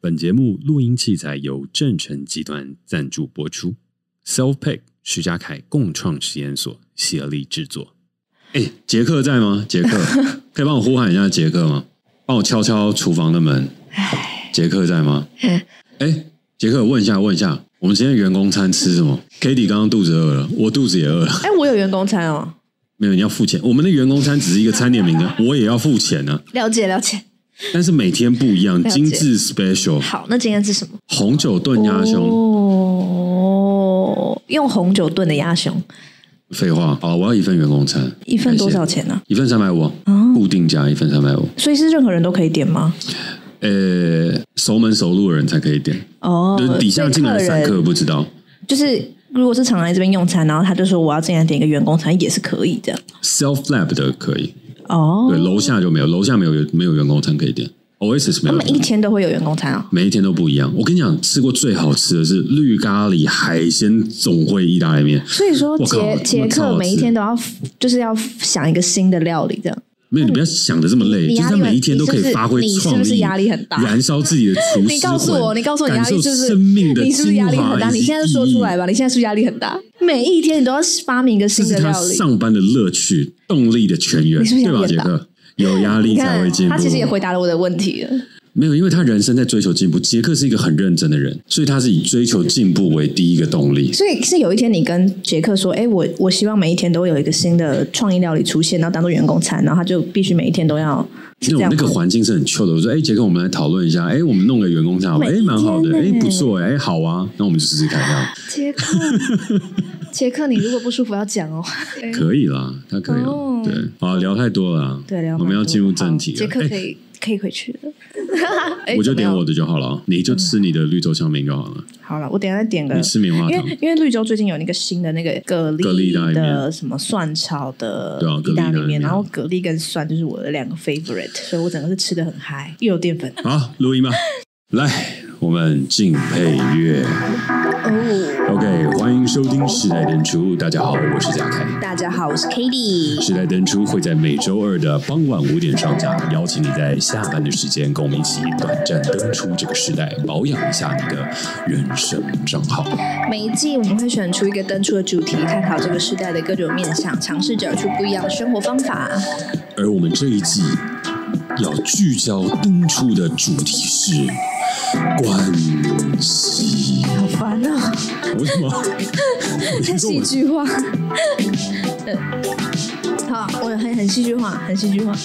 本节目录音器材由正成集团赞助播出，Self Pick 徐家凯共创实验所协力制作。哎，杰克在吗？杰 克，可以帮我呼喊一下杰克吗？帮我敲敲厨房的门。杰克在吗？呃哎，杰克，问一下，问一下，我们今天员工餐吃什么？Kitty 刚刚肚子饿了，我肚子也饿了。哎，我有员工餐哦，没有，你要付钱。我们的员工餐只是一个餐点名 额，我也要付钱呢、了解了解。但是每天不一样，了解精致 special 好，那今天是什么？红酒炖鸭胸。哦，用红酒炖的鸭胸，废话，好，我要一份员工餐，一份多少哦钱呢、一份三百五，固定价一份三百五。所以是任何人都可以点吗？呃，熟门熟路的人才可以点，哦就是，底下进来的散所以客客人不知道。就是。如果是常来这边用餐，然后他就说我要进来点一个员工餐，也是可以这样。 Self Lab 的可以，哦对，，楼下就没有，楼下没有没有员工餐可以点。Oasis 没有他们，一天都会有员工餐哦。每一天都不一样。我跟你讲，吃过最好吃的是绿咖喱海鲜总会意大利面，所以说我靠杰杰那么克好吃每一天都要就是要想一个新的料理，这样。没有你不要想的这么累，你就是压他力每很一天都可你以是不是发挥你是不创意，是压力很大 燃烧自己的厨师魂，你告诉我，你告诉我你压感力受是不是生命的你是不是精压力华很大？以及你现在说意义出来吧，你现在是不是压力很大？每一天你都要发明一个这新是的他料理，上班的乐趣、动力的泉源，你是不是对吧，想杰变大克？有压力你才看会进步。 他其实也回答了我的问题了。没有，因为他人生在追求进步。杰克是一个很认真的人，所以他是以追求进步为第一个动力。所以是有一天你跟杰克说：“哎，我我希望每一天都有一个新的创意料理出现，然后当做员工餐，然后他就必须每一天都要是因为这我样们吗。”那个环境是很 chill 的，我说，哎、杰克，我们来讨论一下，哎、我们弄个员工餐好不好，哎、每一蛮好的，哎、天呢不错、哎、好啊，那我们就试试看， 这样 杰克，杰克，你如果不舒服要讲哦。可以啦，他可以了，哦对，好，聊太多了啊，对，聊我们要蛮多进入正题好了，杰克哎可以可以回去了。哎 我就怎么点样我的就好了啊，你就吃你的绿洲香饼就好了，好了，我等一下再点个你吃棉花因糖为。因为绿洲最近有那个新的那个蛤蛤蜊意大利蜊面的什么蒜炒的对啊意大蛤蜊意大利利面面，然后蛤蜊跟蒜就是我的两个 favorite，所以我整个是吃的很嗨，又有淀粉。好，录音吧。来，我们进配乐。哦， OK，欢迎收听时代登出。大家好，我是贾凯。大家好，我是 Katie。时代登出会在每周二的傍晚五点上架，邀请你在下班的时间跟我们一起短暂登出这个时代，保养一下你的人生账号。每一季我们会选出一个登出的主题，探讨这个时代的各种面向，尝试找出不一样的生活方法。而我们这一季要聚焦登出的主题是关系。好烦哦，为什么？太戏剧 化。好，我很很戏剧化，很戏剧化，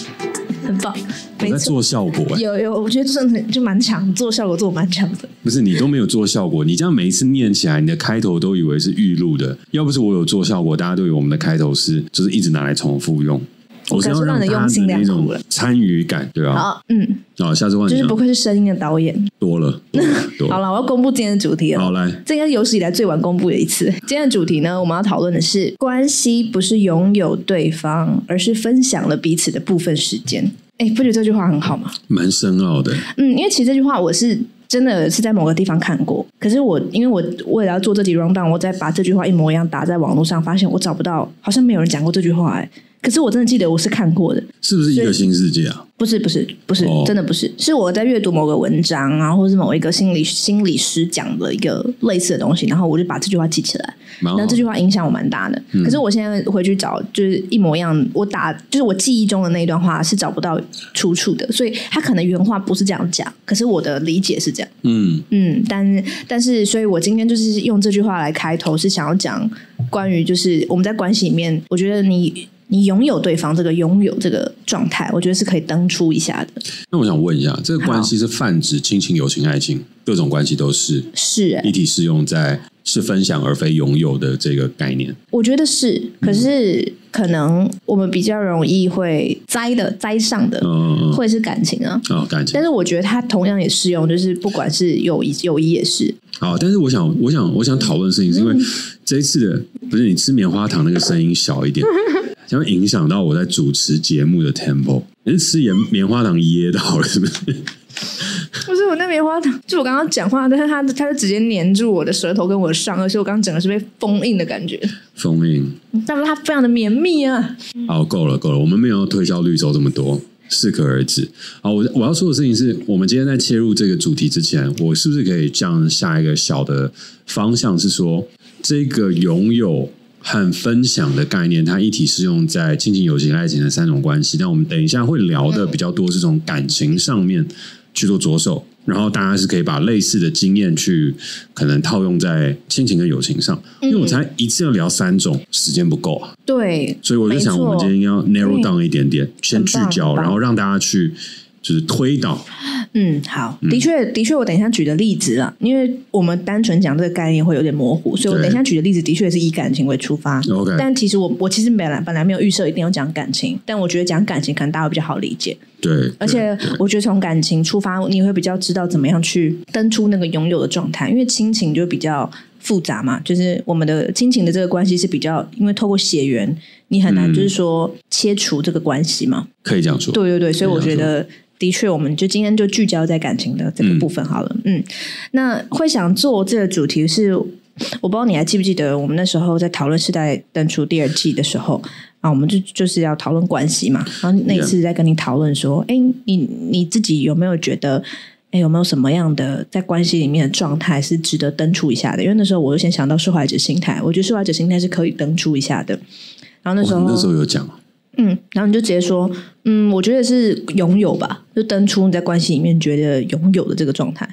很棒，我没在错。做效果、哎。有有，我觉得真的就蛮强，做效果做蛮强的。不是你都没有做效果，你这样每一次念起来，你的开头都以为是预录的。要不是我有做效果，大家对于我们的开头是就是一直拿来重复用。我是要让大家的那种参与感，对吧、啊？好，嗯，好，下次换就你是啊不愧是声音的导演。多 了，多了，多好了。了，我要公布今天的主题了。好，来，这应该是有史以来最晚公布的一次。今天的主题呢，我们要讨论的是关系不是拥有对方，而是分享了彼此的部分时间。哎，不觉得这句话很好吗？蛮深奥的。嗯，因为其实这句话我是真的是在某个地方看过，可是我因为我为了要做这集 round down，我再把这句话一模一样打在网络上，发现我找不到，好像没有人讲过这句话哎、可是我真的记得我是看过的，是不是一个新世界啊？不是不是不是、哦真的不是，是我在阅读某个文章，然后或是某一个心理心理师讲的一个类似的东西，然后我就把这句话记起来，蛮然好后这句话影响我蛮大的。可是我现在回去找，就是一模一样，我打就是我记忆中的那一段话是找不到出处的，所以他可能原话不是这样讲，可是我的理解是这样。嗯，嗯，但但是，所以我今天就是用这句话来开头，是想要讲关于就是我们在关系里面，我觉得你你拥有对方这个拥有这个状态，我觉得是可以登出一下的。那我想问一下，这个关系是泛指亲情、友情、爱情，各种关系都是是、欸，一体适用在是分享而非拥有的这个概念。我觉得是，可是可能我们比较容易会栽的栽上的，嗯嗯会是感情啊。嗯，啊，感情但。是我觉得它同样也适用，就是不管是友谊，友谊也是。好，但是我想，我想，我想讨论的事情，是因为这一次的不是你吃棉花糖那个声音小一点，想会影响到我在主持节目的 tempo。你是吃棉棉花糖噎到了是不是？不是我那棉花糖，就我刚刚讲话，但是它它就直接粘住我的舌头跟我的上颚，所以我刚刚整个是被封印的感觉。封印。但是它非常的绵密啊。好，够了，够了，我们没有要推销绿洲这么多。适可而止。好，我我要说的事情是我们今天在切入这个主题之前，我是不是可以这样下一个小的方向是说，这个拥有和分享的概念，它一体适用在亲情、友情、爱情的三种关系。但我们等一下会聊的比较多是从感情上面去做着手，然后大家是可以把类似的经验去可能套用在亲情跟友情上。因为我才一次要聊三种，时间不够啊。对，所以我就想，没错我们今天要 narrow down 一点点，先聚焦，很棒然后让大家去就是推导。嗯，好，的确，的确，我等一下举的例子啊，因为我们单纯讲这个概念会有点模糊，所以我对嗯等一下举的例子的确是以感情为出发。 OK 但其实我我其实本来本来没有预设一定要讲感情，但我觉得讲感情可能大家会比较好理解，对，而且对对我觉得从感情出发，你会比较知道怎么样去登出那个拥有的状态，因为亲情就比较复杂嘛，就是我们的亲情的这个关系是比较，因为透过血缘，你很嗯难就是说切除这个关系嘛。可以这样说。对对对，所以我这觉样说得的确，我们就今天就聚焦在感情的这个部分好了。嗯那会想做这个主题是，我不知道你还记不记得我们那时候在讨论《世代登出》第二季的时候啊，我们就就是要讨论关系嘛。然后那一次在跟你讨论说，哎你你自己有没有觉得？哎，有没有什么样的在关系里面的状态是值得登出一下的？因为那时候我就先想到受害者心态，我觉得受害者心态是可以登出一下的。然后那时我候们那时候有讲，嗯，然后你就直接说，嗯，我觉得是拥有吧，就登出你在关系里面觉得拥有的这个状态。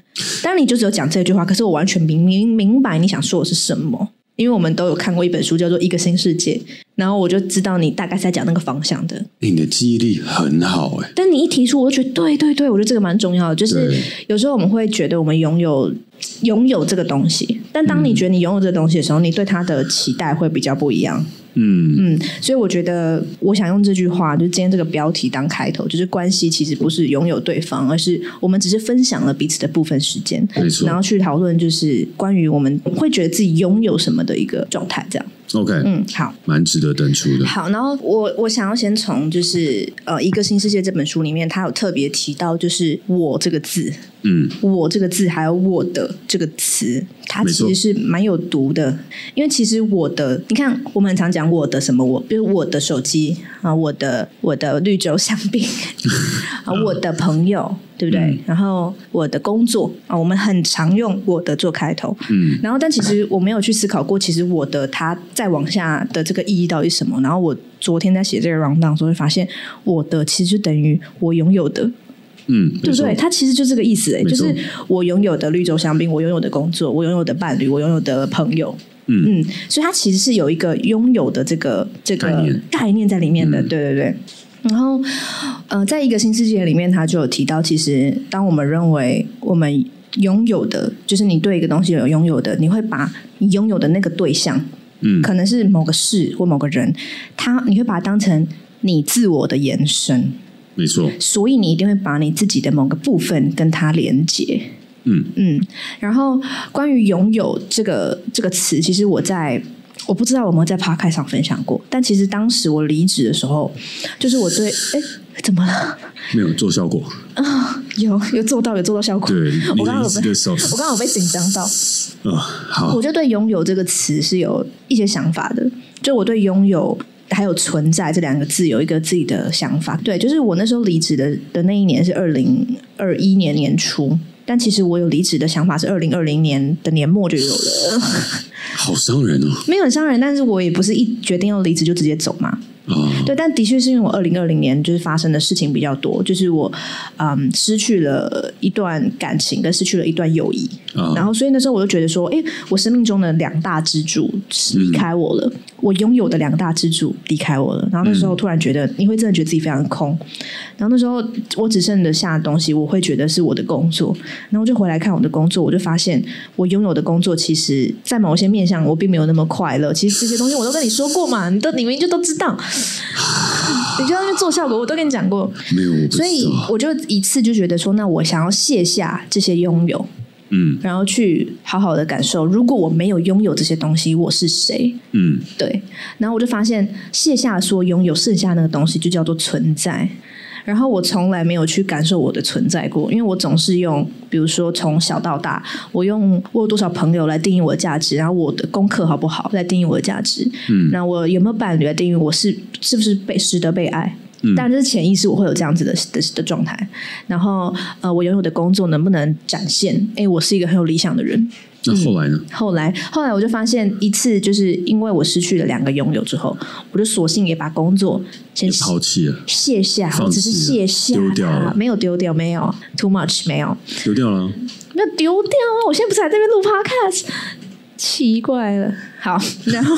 当然，你就只有讲这句话，可是我完全明明明白你想说的是什么，因为我们都有看过一本书叫做《一个新世界》，然后我就知道你大概是在讲那个方向的。诶你的记忆力很好哎、但你一提出，我就觉得对对对，我觉得这个蛮重要的。就是对有时候我们会觉得我们拥有拥有这个东西，但当你觉得你拥有这个东西的时候，你对它的期待会比较不一样。嗯，嗯，所以我觉得我想用这句话，就是今天这个标题当开头，就是关系其实不是拥有对方，而是我们只是分享了彼此的部分时间，没错然后去讨论就是关于我们会觉得自己拥有什么的一个状态，这样。 OK，嗯，好。蛮值得登出的。好，然后我我想要先从就是呃《一个新世界》这本书里面，它有特别提到就是“我”这个字，嗯，我这个字还有我的这个词，它没其错实是蛮有毒的。因为其实我的，你看我们很常讲我的什么我，比如我的手机啊，我的我的绿洲香 槟啊，我的朋友，对不对？嗯然后我的工作啊，我们很常用我的做开头。嗯，然后但其实我没有去思考过，其实我的它再往下的这个意义到底是什么。然后我昨天在写这个 round down 的时候，会发现我的其实就等于我拥有的。嗯，对不对？没错？它其实就这个意思、欸，没就错是我拥有的绿洲香槟，我拥有的工作，我拥有的伴侣，我拥有的朋友，嗯嗯，所以它其实是有一个拥有的这个这个概念概念在里面的，嗯对对对。然后，呃，在一个新世界里面，他就有提到，其实当我们认为我们拥有的，就是你对一个东西有拥有的，你会把你拥有的那个对象，嗯可能是某个事或某个人，他你会把它当成你自我的延伸，没错。所以你一定会把你自己的某个部分跟它连接。嗯嗯，然后关于“拥有”这个这个词，其实我在我不知道我有没有在 p o d 上分享过，但其实当时我离职的时候，就是我对哎怎么了？啊没有做效果。有有做到有做到效果？对，你我刚的刚意有思被的时候，我刚刚有被紧张到，啊，好哦我，就对“拥有”这个词是有一些想法的，就我对“拥有”还有“存在”这两个字有一个自己的想法。对，就是我那时候离职的的那一年是二零二一年年初，但其实我有离职的想法是二零二零年的年末就有了，好伤人哦。没有很伤人，但是我也不是一决定要离职就直接走嘛。啊，对，但的确是因为我二零二零年就是发生的事情比较多，就是我嗯失去了一段感情，跟失去了一段友谊，啊嗯然后所以那时候我就觉得说，哎，我生命中的两大支柱离开我了，我拥有的两大支柱离开我了，然后那时候突然觉得，你会真的觉得自己非常空，然后那时候我只剩的下的东西，我会觉得是我的工作，然后我就回来看我的工作，我就发现我拥有的工作，其实在某些面向我并没有那么快乐，其实这些东西我都跟你说过嘛，你都你明明就都知道。你就在那边做效果，我都跟你讲过。没有，我不所以知道。我就一次就觉得说，那我想要卸下这些拥有，嗯然后去好好的感受，如果我没有拥有这些东西，我是谁？嗯，对，然后我就发现卸下说拥有剩下那个东西，就叫做存在。然后我从来没有去感受我的存在过，因为我总是用，比如说从小到大，我用我有多少朋友来定义我的价值，然后我的功课好不好来定义我的价值，嗯，那我有没有伴侣来定义我是是不是被值得被爱，嗯当然这是潜意识我会有这样子的的的状态。然后呃，我拥有的工作能不能展现？哎，我是一个很有理想的人。那嗯后来呢？后来，后来我就发现一次，就是因为我失去了两个拥有之后，我就索性也把工作先也抛弃了，卸下，放弃了我只是卸下它，丢掉了没有丢掉，没有 too much，没有丢掉了啊。没有丢掉啊！我现在不是还在那边录 podcast，奇怪了。好，然 后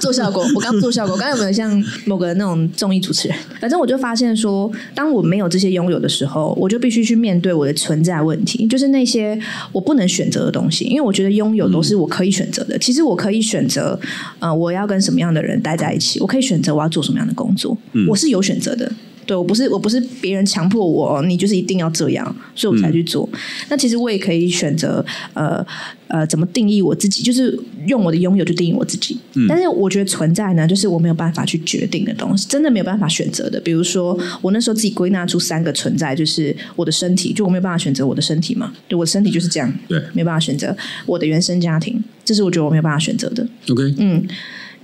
做效果，我刚做效果，刚才有没有像某个那种综艺主持人？反正我就发现说，当我没有这些拥有的时候，我就必须去面对我的存在问题，就是那些我不能选择的东西，因为我觉得拥有都是我可以选择的。其实我可以选择，呃，我要跟什么样的人待在一起，我可以选择我要做什么样的工作，我是有选择的。对我不是我不是别人强迫我，你就是一定要这样，所以我才去做。那其实我也可以选择，呃呃，怎么定义我自己，就是用我的拥有就定义我自己。但是我觉得存在呢，就是我没有办法去决定的东西，真的没有办法选择的。比如说，我那时候自己归纳出三个存在，就是我的身体，就我没有办法选择我的身体嘛，对，我的身体就是这样，对没有办法选择我的原生家庭，这是我觉得我没有办法选择的。 OK，嗯，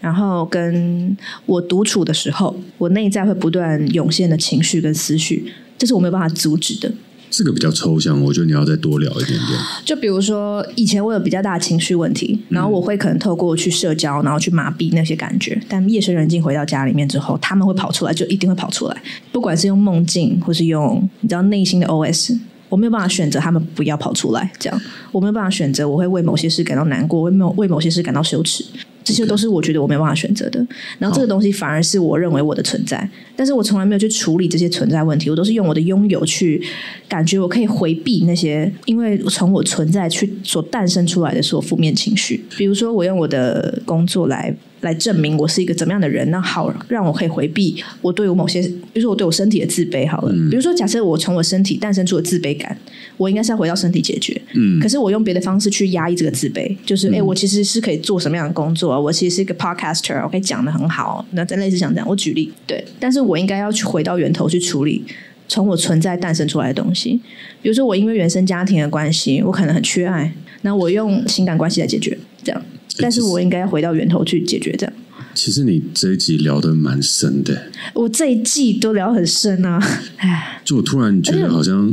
然后跟我独处的时候，我内在会不断涌现的情绪跟思绪，这是我没有办法阻止的。这个比较抽象，我觉得你要再多聊一点点。就比如说，以前我有比较大的情绪问题，然后我会可能透过去社交，然后去麻痹那些感觉。但夜深人静回到家里面之后，他们会跑出来，就一定会跑出来，不管是用梦境，或是用你知道内心的 OS。我没有办法选择他们不要跑出来，这样我没有办法选择我会为某些事感到难过，为某为某些事感到羞耻，这些都是我觉得我没有办法选择的。然后这个东西反而是我认为我的存在，但是我从来没有去处理这些存在问题，我都是用我的拥有去感觉我可以回避那些因为从我存在去所诞生出来的所有负面情绪。比如说，我用我的工作来来证明我是一个怎么样的人，那好让我可以回避我对我某些，比如说我对我身体的自卑好了。比如说，假设我从我身体诞生出的自卑感，我应该是要回到身体解决。嗯可是我用别的方式去压抑这个自卑，就是哎、诶我其实是可以做什么样的工作啊？我其实是一个 podcaster，我可以讲的很好。那在类似像这样，我举例对，但是我应该要去回到源头去处理从我存在诞生出来的东西。比如说，我因为原生家庭的关系，我可能很缺爱，那我用情感关系来解决这样，但是我应该要回到源头去解决这样。其实你这一集聊的蛮深的，我这一季都聊很深啊， 哎，就我突然觉得好像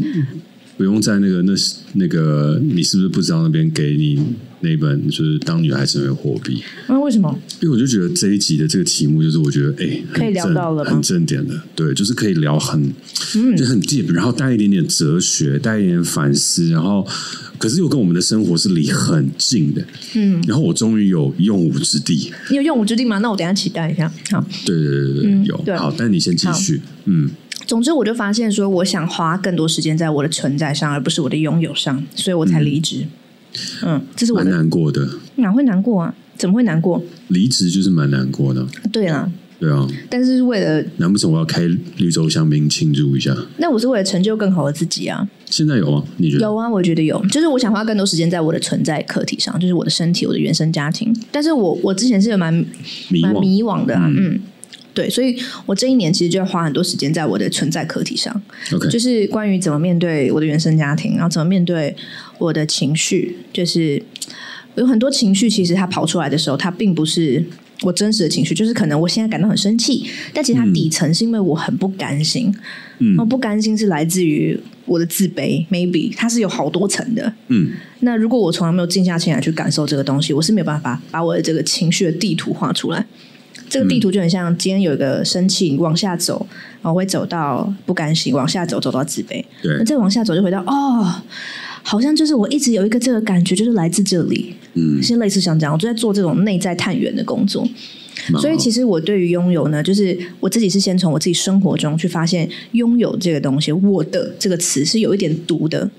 不用在那个那那个你是不是不知道那边给你那本就是当女孩成为货币，那、啊为什么？因为我就觉得这一集的这个题目就是我觉得哎、很可以聊正到了吗嗯很正点的，对，就是可以聊很就很 deep，然后带一点点哲学，带一点点反思，然后可是又跟我们的生活是离很近的，嗯，然后我终于有用武之地，你有用武之地吗？那我等一下期待一下。好。对对对对对，有嗯对好，但你先继续，嗯。总之，我就发现说，我想花更多时间在我的存在上，而不是我的拥有上，所以我才离职。嗯这是我蛮的难过的，哪会难过啊？怎么会难过？离职就是蛮难过的，对啦，对啊，但是是为了难不成我要开绿洲香槟庆祝一下？那我是为了成就更好的自己啊。现在有吗？你嗯觉得？有啊，我觉得有，就是我想花更多时间在我的存在课题上，就是我的身体、我的原生家庭。但是我我之前是有蛮迷蛮惘，迷惘的、啊，嗯。对，所以我这一年其实就要花很多时间在我的存在课题上， OK，就是关于怎么面对我的原生家庭，然后怎么面对我的情绪，就是有很多情绪，其实它跑出来的时候，它并不是我真实的情绪，就是可能我现在感到很生气，但其实它底层是因为我很不甘心，嗯我不甘心是来自于我的自卑，maybe 它是有好多层的。嗯，那如果我从来没有静下心来去感受这个东西，我是没有办法把我的这个情绪的地图画出来。这个地图就很像今天有一个生气，你往下走，然后会走到不甘心，往下走走到自卑，对那，再往下走就回到哦，好像就是我一直有一个这个感觉，就是来自这里，嗯，是类似像这样，我就在做这种内在探源的工作。嗯蛮好所以其实我对于拥有呢，就是我自己是先从我自己生活中去发现拥有这个东西，我的这个词是有一点毒的，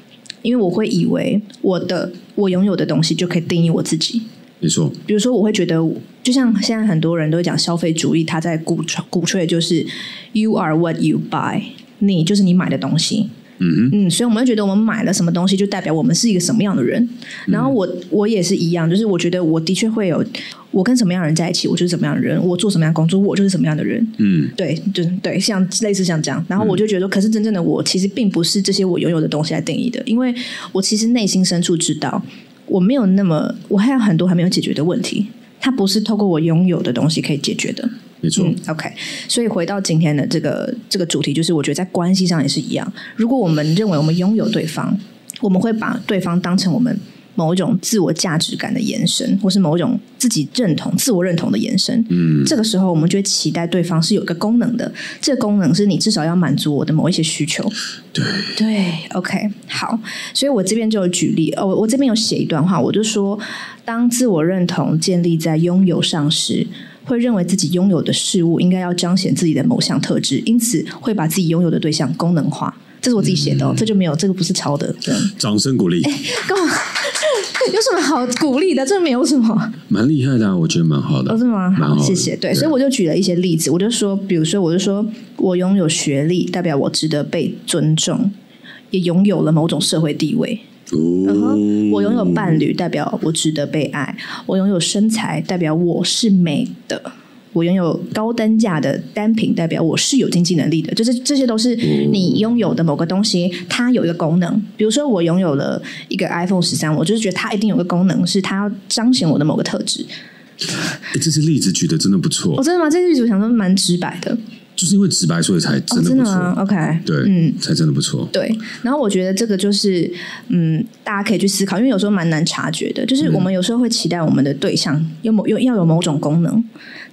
因为我会以为我的我拥有的东西就可以定义我自己。没错，比如说，我会觉得，就像现在很多人都会讲消费主义，他在鼓吹鼓吹的就是 “you are what you buy”，你就是你买的东西。嗯嗯，所以我们会觉得我们买了什么东西，就代表我们是一个什么样的人。然后我我也是一样，就是我觉得我的确会有，我跟什么样的人在一起，我就是什么样的人；我做什么样的工作，我就是什么样的人。嗯，对，就是对，像类似像这样。然后我就觉得，可是真正的我其实并不是这些我拥有的东西来定义的，因为我其实内心深处知道，我没有那么，我还有很多还没有解决的问题，它不是透过我拥有的东西可以解决的。没错嗯，OK。所以回到今天的这个这个主题，就是我觉得在关系上也是一样。如果我们认为我们拥有对方，我们会把对方当成我们某一种自我价值感的延伸，或是某一种自己认同、自我认同的延伸。嗯，这个时候，我们就会期待对方是有一个功能的，这个功能是你至少要满足我的某一些需求。对，对，OK，好，所以我这边就有举例，哦，我我这边有写一段话，我就说，当自我认同建立在拥有上时，会认为自己拥有的事物应该要彰显自己的某项特质，因此会把自己拥有的对象功能化。这是我自己写的、哦，嗯这就没有，这个不是抄的，对，掌声鼓励，干嘛？ 有什么好鼓励的？这没有什么。蛮厉害的、啊，我觉得蛮好的，哦，是吗？蛮好的，谢谢。对，所以我就举了一些例子，我就说，比如说，我就说我拥有学历，代表我值得被尊重，也拥有了某种社会地位。然哦，后呃嗯我拥有伴侣，代表我值得被爱；我拥有身材，代表我是美的；我拥有高单价的单品，代表我是有经济能力的。就是这些都是你拥有的某个东西，它有一个功能。比如说，我拥有了一个 iPhone 十三，我就是觉得它一定有个功能，是它要彰显我的某个特质。诶哎这些例子举的真的不错，哦，真的吗？这句我想说蛮直白的，就是因为直白，所以才哦，真的真不的错，吗？OK，对，嗯，才真的不错，对，然后我觉得这个就是，嗯，大家可以去思考，因为有时候蛮难察觉的。就是我们有时候会期待我们的对象有某有要有某种功能，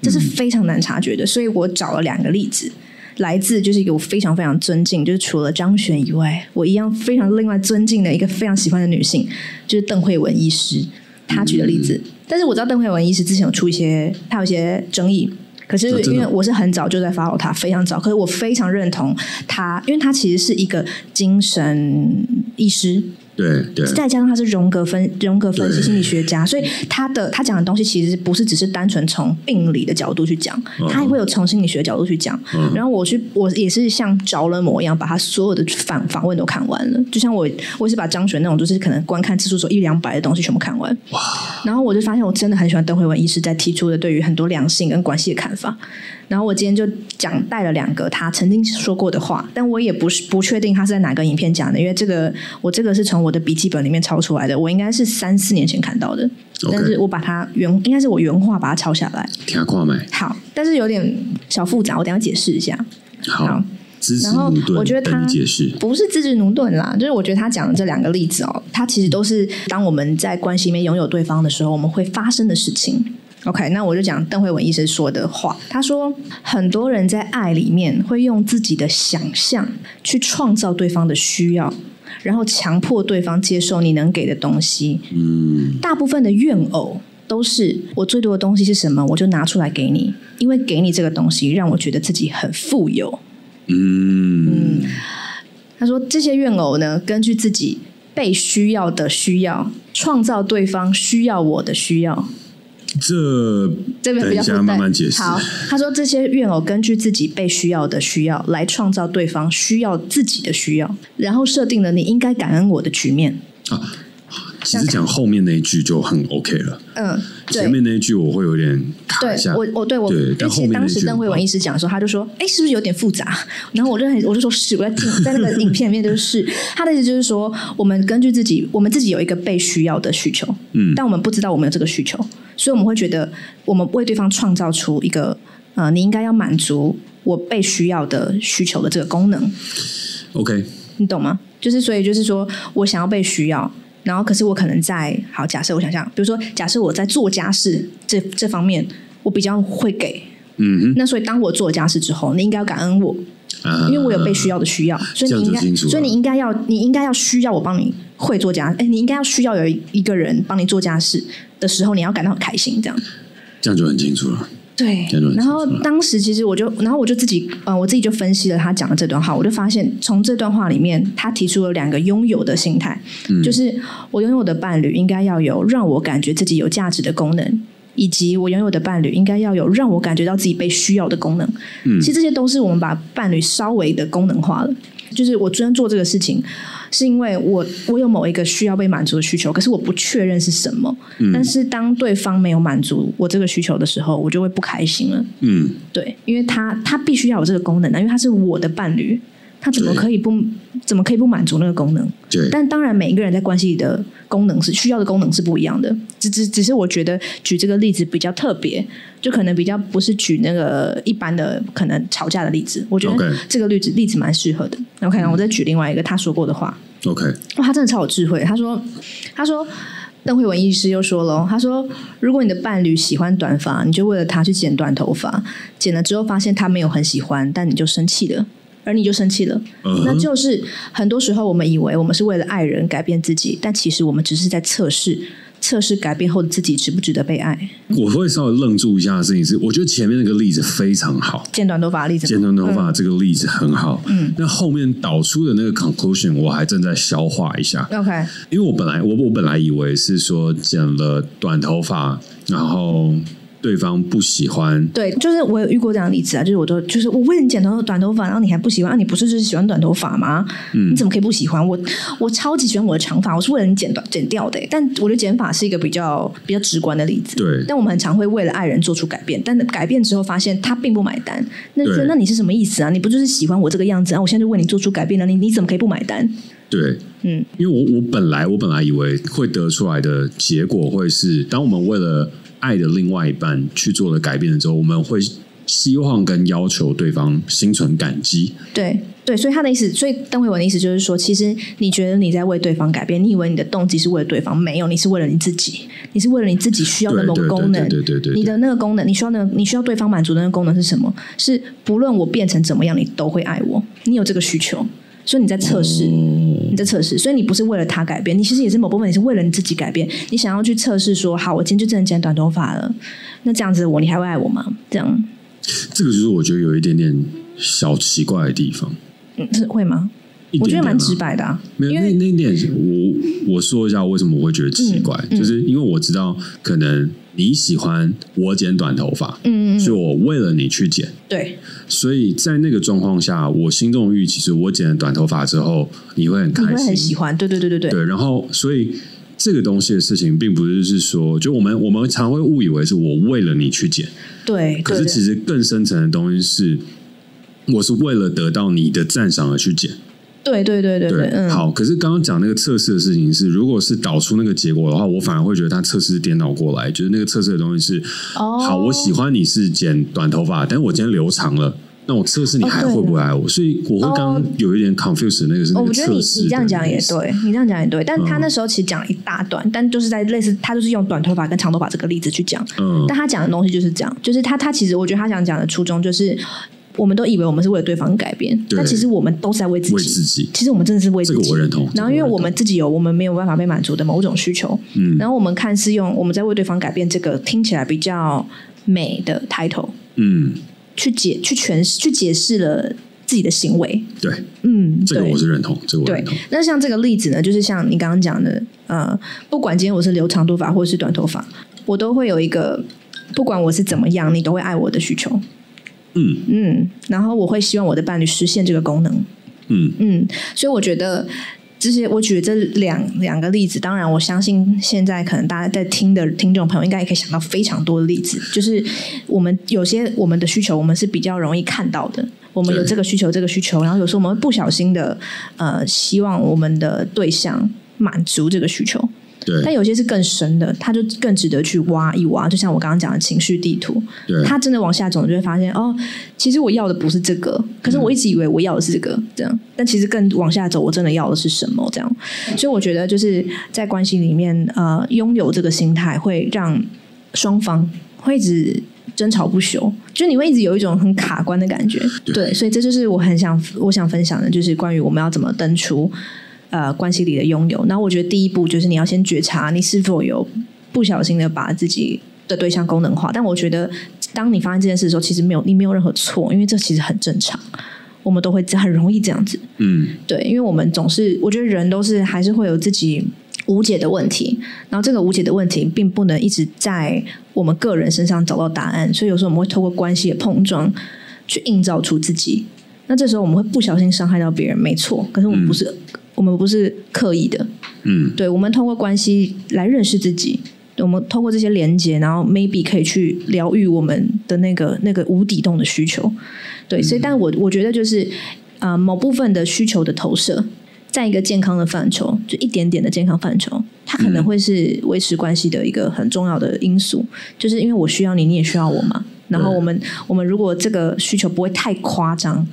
这是非常难察觉的。所以我找了两个例子，来自就是一个我非常非常尊敬，就是除了张悬以外，我一样非常另外尊敬的一个非常喜欢的女性，就是邓慧文医师，她举的例子。但是我知道邓慧文医师之前有出一些，她有一些争议。可是哦真的因为我是很早就在 follow 他，非常早。可是我非常认同他，因为他其实是一个精神医师，对对，再加上他是荣格分荣格分析对心理学家，所以他的他讲的东西其实不是只是单纯从病理的角度去讲，嗯他也会有从心理学角度去讲。嗯然后我去我也是像着了魔一样，把他所有的访访问都看完了，就像我我也是把张悬那种就是可能观看次数只有一两百的东西全部看完。然后我就发现我真的很喜欢邓慧文医师在提出的对于很多两性跟关系的看法。然后我今天就讲带了两个他曾经说过的话，但我也不是不确定他是在哪个影片讲的，因为这个我这个是从我的笔记本里面抄出来的，我应该是三四年前看到的， OK 但是我把它原应该是我原话把它抄下来。听跨买好，但是有点小复杂，我等一下解释一下。好好，支持然后努顿，我觉得等他你解释，不是自制奴钝啦，就是我觉得他讲的这两个例子哦，他其实都是当我们在关系里面拥有对方的时候，我们会发生的事情。OK，那我就讲邓慧文医生说的话。他说，很多人在爱里面会用自己的想象去创造对方的需要，然后强迫对方接受你能给的东西。嗯，大部分的怨偶都是我最多的东西是什么，我就拿出来给你，因为给你这个东西，让我觉得自己很富有。嗯，他说，这些怨偶呢，根据自己被需要的需要，创造对方需要我的需要。这这边比等一下较复杂慢慢解释好，他说这些怨偶根据自己被需要的需要来创造对方需要自己的需要，然后设定了你应该感恩我的局面。啊，其实讲后面那一句就很 OK 了，嗯，对前。面那一句我会有点卡对一下，我，我对我，对因为但其后实面当那时句邓慧很文医师讲的时候，他就说：“哎，是不是有点复杂？”然后我就很，我就说是，我在听，在那个影片里面就是 他的意思就是说，我们根据自己，我们自己有一个被需要的需求，嗯但我们不知道我们有这个需求，所以我们会觉得我们为对方创造出一个呃，你应该要满足我被需要的需求的这个功能， OK，你懂吗？就是所以就是说我想要被需要，然后可是我可能在好假设我想想，比如说假设我在做家事这这方面，我比较会给。嗯那所以当我做家事之后，你应该要感恩我，哼，啊因为我有被需要的需要，所以你应嗯这样就清该，楚了所以你应该要，你应该要需要我帮你会做家，哎，你应该要需要有一个人帮你做家事的时候，你要感到很开心，这样。这样就很清楚了，对这样就很，然后清楚了当时其实我就，然后我就自己，呃，我自己就分析了他讲的这段话，我就发现从这段话里面，他提出了两个拥有的心态，就是我拥有的伴侣应该要有让我感觉自己有价值的功能，以及我拥有的伴侣应该要有让我感觉到自己被需要的功能。其实这些都是我们把伴侣稍微的功能化了。就是我昨天做这个事情，是因为我我有某一个需要被满足的需求，可是我不确认是什么。但是当对方没有满足我这个需求的时候，我就会不开心了。嗯，对，因为他他必须要有这个功能啊，因为他是我的伴侣，他怎么可以不怎么可以不满足那个功能？对，但当然，每一个人在关系里的功能是需要的功能是不一样的。只只只是我觉得举这个例子比较特别，就可能比较不是举那个一般的可能吵架的例子。我觉 OK 得这个例子例子蛮适合的。OK，我再举另外一个他说过的话， OK，哇，哦他真的超有智慧。他说，他说。邓慧文医师又说了，他说：“如果你的伴侣喜欢短发，你就为了他去剪短头发，剪了之后发现他没有很喜欢，但你就生气了，而你就生气了。嗯那哼，就是很多时候我们以为我们是为了爱人改变自己，但其实我们只是在测试测试改变后的自己值不值得被爱。我会稍微愣住一下的事情是，我觉得前面那个例子非常好，剪短头发的例子剪吗，短头发这个例子很好，嗯，那后面导出的那个 conclusion 我还正在消化一下， OK，因为我本来我我本来以为是说剪了短头发，然后对方不喜欢，对，就是我有遇过这样的例子啊，就是我都就是我为你剪头短头发，然后你还不喜欢，啊、你不是就是喜欢短头发吗？嗯你怎么可以不喜欢我？我超级喜欢我的长发，我是为了你剪短剪掉的欸、但我觉得剪发是一个比较比较直观的例子，对但我们很常会为了爱人做出改变，但改变之后发现他并不买单，那就对说那你是什么意思啊？你不就是喜欢我这个样子啊？我现在就为你做出改变了，你你怎么可以不买单？对，嗯，因为我我本来我本来以为会得出来的结果会是，当我们为了爱的另外一半去做了改变之后，我们会希望跟要求对方心存感激，对对，所以他的意思，所以邓慧文的意思就是说，其实你觉得你在为对方改变，你以为你的动机是为了对方，没有，你是为了你自己，你是为了你自己需要的对某个对功对能对。对对对你对，的那个功能，你需要那个，你需要对方满足的那个功能是什么？是不论我变成怎么样，你都会爱我。你有这个需求，所以你在测试，哦你在测试。所以你不是为了他改变，你其实也是某部分你是为了你自己改变。你想要去测试说，好，我今天就真的剪短头发了，那这样子的我你还会爱我吗？这样，这个就是我觉得有一点点小奇怪的地方，嗯，是会吗？一我觉点得点蛮啊直白的、啊，没有，因那为那一点是我我说一下为什么我会觉得奇怪，嗯就是因为我知道可能你喜欢我剪短头发，嗯嗯嗯所以我为了你去剪，对所以在那个状况下，我心中的预期是我剪了短头发之后你会很你开会很喜心，欢，对对对对对，对，然后所以。这个东西的事情，并不是是说，就我们我们常会误以为是我为了你去剪，对，可是对其实更深层的东西是，我是为了得到你的赞赏而去剪。对对对对对，嗯，好。可是刚刚讲那个测试的事情是，如果是导出那个结果的话，我反而会觉得他测试是颠倒过来，就是那个测试的东西是，哦，好，我喜欢你是剪短头发，但我今天留长了。那我测试你哦还对会不会爱我？所以我会刚刚有一点 confused 的那个是哦，那我个觉得你测试的那个意思、嗯你这样讲也对，你这样讲也对，但他那时候其实讲了一大段，但就是在类似他就是用短头发跟长头发这个例子去讲，嗯，但他讲的东西就是这样，就是他他其实我觉得他想讲的初衷就是，我们都以为我们是为了对方改变，对但其实我们都是在为自己。为嗯自己，其实我们真的是为自己，这个我认同然后，因为我们自己有我们没有办法被满足的某种需求，嗯然后我们看是用我们在为对方改变这个听起来比较美的 title 嗯，去解去诠释去解释了自己的行为。对，嗯，这个对我是认同，这个我对认同，，那像这个例子呢，就是像你刚刚讲的，呃，不管今天我是留长头发或是短头发，我都会有一个，不管我是怎么样，你都会爱我的需求。嗯嗯，然后我会希望我的伴侣实现这个功能。嗯，嗯，所以我觉得这些，我举这两两个例子，当然我相信现在可能大家在听的听众朋友，应该也可以想到非常多的例子，就是我们有些我们的需求，我们是比较容易看到的。我们有对这个需求，这个需求，然后有时候我们会不小心的，呃，希望我们的对象满足这个需求，但对有些是更深的，它就更值得去挖一挖。就像我刚刚讲的情绪地图，对，它真的往下走，你就会发现哦，其实我要的不是这个，可是我一直以为我要的是这个，这样，但其实更往下走，我真的要的是什么？这样，所以我觉得就是在关系里面，呃，拥有这个心态会让双方会一直。争吵不休，就你会一直有一种很卡关的感觉，对对，所以这就是我很想我想分享的，就是关于我们要怎么登出呃关系里的拥有。那我觉得第一步就是你要先觉察你是否有不小心的把自己的对象功能化。但我觉得，当你发现这件事的时候，其实没有你没有任何错，因为这其实很正常，我们都会这很容易这样子。嗯对，因为我们总是，我觉得人都是还是会有自己无解的问题，然后这个无解的问题并不能一直在我们个人身上找到答案，所以有时候我们会透过关系的碰撞去映照出自己。那这时候我们会不小心伤害到别人，没错，可是我们不是、我们不是刻意的，嗯，对，我们通过关系来认识自己，对我们通过这些连接，然后 maybe 可以去疗愈我们的那个那个无底洞的需求。对，所以但我我觉得就是呃某部分的需求的投射，在一个健康的范畴，就一点点的健康范畴，它可能会是维持关系的一个很重要的因素，就是因为我需要你，你也需要我嘛。然后我们我们如果这个需求不会太夸张，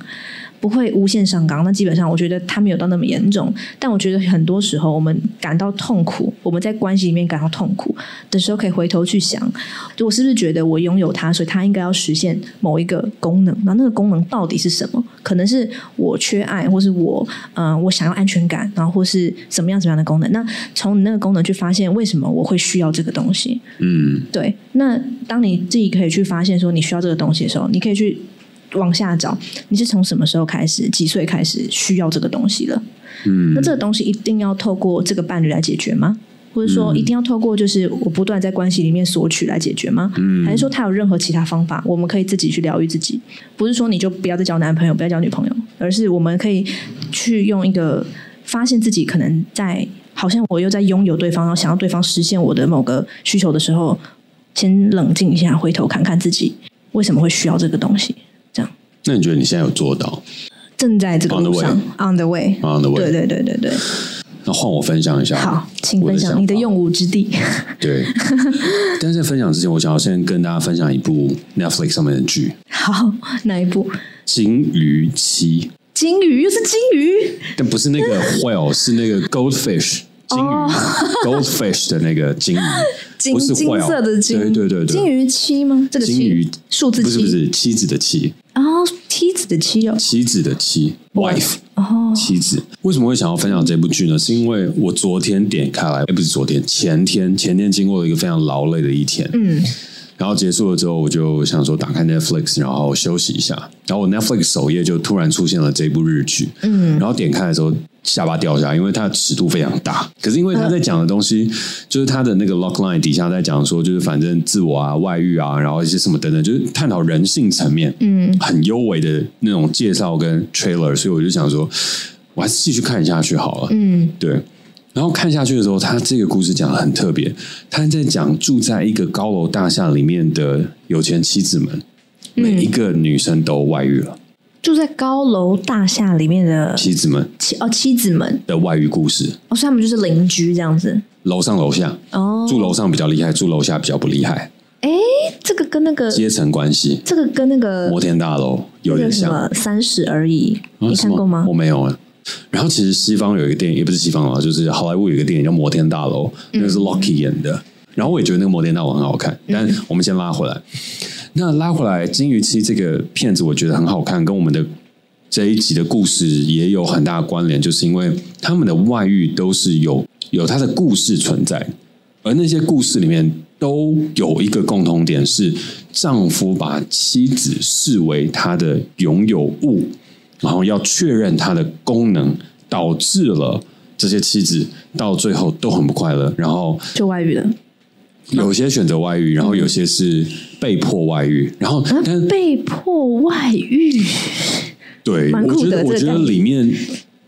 不会无限上纲，那基本上我觉得它没有到那么严重。但我觉得很多时候我们感到痛苦，我们在关系里面感到痛苦的时候，可以回头去想，就我是不是觉得我拥有它，所以它应该要实现某一个功能？那那个功能到底是什么？可能是我缺爱，或是我嗯、呃我想要安全感，然后或是什么样什么样的功能？那从你那个功能去发现为什么我会需要这个东西？嗯，对，那当你自己可以去发现说你需要这个东西的时候，你可以去往下找，你是从什么时候开始，几岁开始需要这个东西了？嗯，那这个东西一定要透过这个伴侣来解决吗？或者说，一定要透过就是我不断在关系里面索取来解决吗？嗯、还是说他有任何其他方法，我们可以自己去疗愈自己？不是说你就不要再交男朋友，不要交女朋友，而是我们可以去用一个发现自己可能在好像我又在拥有对方，然后想要对方实现我的某个需求的时候，先冷静一下，回头看看自己为什么会需要这个东西。这样那你觉得你现在有做到？正在这个 On the 路上 on the way， On the way 对对对对对，那换我分享一下。好，请我的分想享法你的用武之地。 对，但是在分享之前，我想要先跟大家分享一部 Netflix 上面的剧好，哪一部？ 《金鱼妻》，金鱼又是金鱼，但不 是那个 whale，是那个 goldfish 金鱼、goldfish 的那个金鱼，哦金不是金 whale，色的金，对对对对，金鱼妻吗？这个金鱼妻数字不是不妻，是妻子的妻，然后妻子的妻哦，妻子的妻 wife。哦，妻子为什么会想要分享这部剧呢？是因为我昨天点开来，哎，不是昨天，前天，前天经过了一个非常劳累的一天，嗯，然后结束了之后，我就想说打开 Netflix，然后休息一下。然后我 Netflix 首页就突然出现了这部日剧，嗯，然后点开的时候下巴掉下来，因为它的尺度非常大。可是因为他在讲的东西，就是他的那个 log line 底下在讲说，就是反正自我啊、外遇啊，然后一些什么等等，就是探讨人性层面，嗯，很优美的那种介绍跟 trailer，所以我就想说，我还是继续看下去好了，嗯，对。然后看下去的时候，他这个故事讲的很特别，他在讲住在一个高楼大厦里面的有钱妻子们，每一个女生都外遇了，住在高楼大厦里面的妻子们妻哦妻子们的外遇故事，哦，所以他们就是邻居这样子楼上楼下，哦。住楼上比较厉害，住楼下比较不厉害，哎，这个跟那个阶层关系，这个跟那个摩天大楼有那点个什像。么三十而已，啊你是看吗过吗我？没有啊。然后其实西方有一个电影，也不是西方啊，就是好莱坞有一个电影叫《摩天大楼》，那嗯个是 Lucky 演的。然后我也觉得那个《摩天大楼》很好看，但我们先拉回来。那拉回来，《金鱼妻》这个片子我觉得很好看，跟我们的这一集的故事也有很大的关联，就是因为他们的外遇都是有有它的故事存在，而那些故事里面都有一个共同点是，丈夫把妻子视为他的拥有物，然后要确认它的功能，导致了这些妻子到最后都很不快乐，然后就外语了，有些选择外遇，然后有些是被迫外遇，然后啊但被迫外遇，对，蛮我酷觉的得我这个觉得概念里面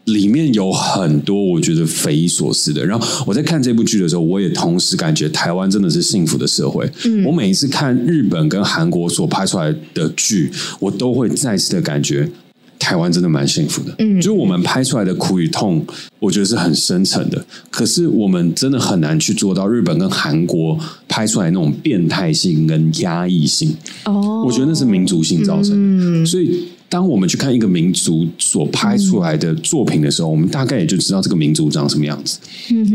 里面有很多我觉得匪夷所思的。然后我在看这部剧的时候，我也同时感觉台湾真的是幸福的社会。嗯我每一次看日本跟韩国所拍出来的剧，我都会再次的感觉。台湾真的蛮幸福的，嗯，就是我们拍出来的苦与痛，我觉得是很深沉的。可是我们真的很难去做到日本跟韩国拍出来那种变态性跟压抑性，哦，我觉得那是民族性造成的。所以，当我们去看一个民族所拍出来的作品的时候，我们大概也就知道这个民族长什么样子。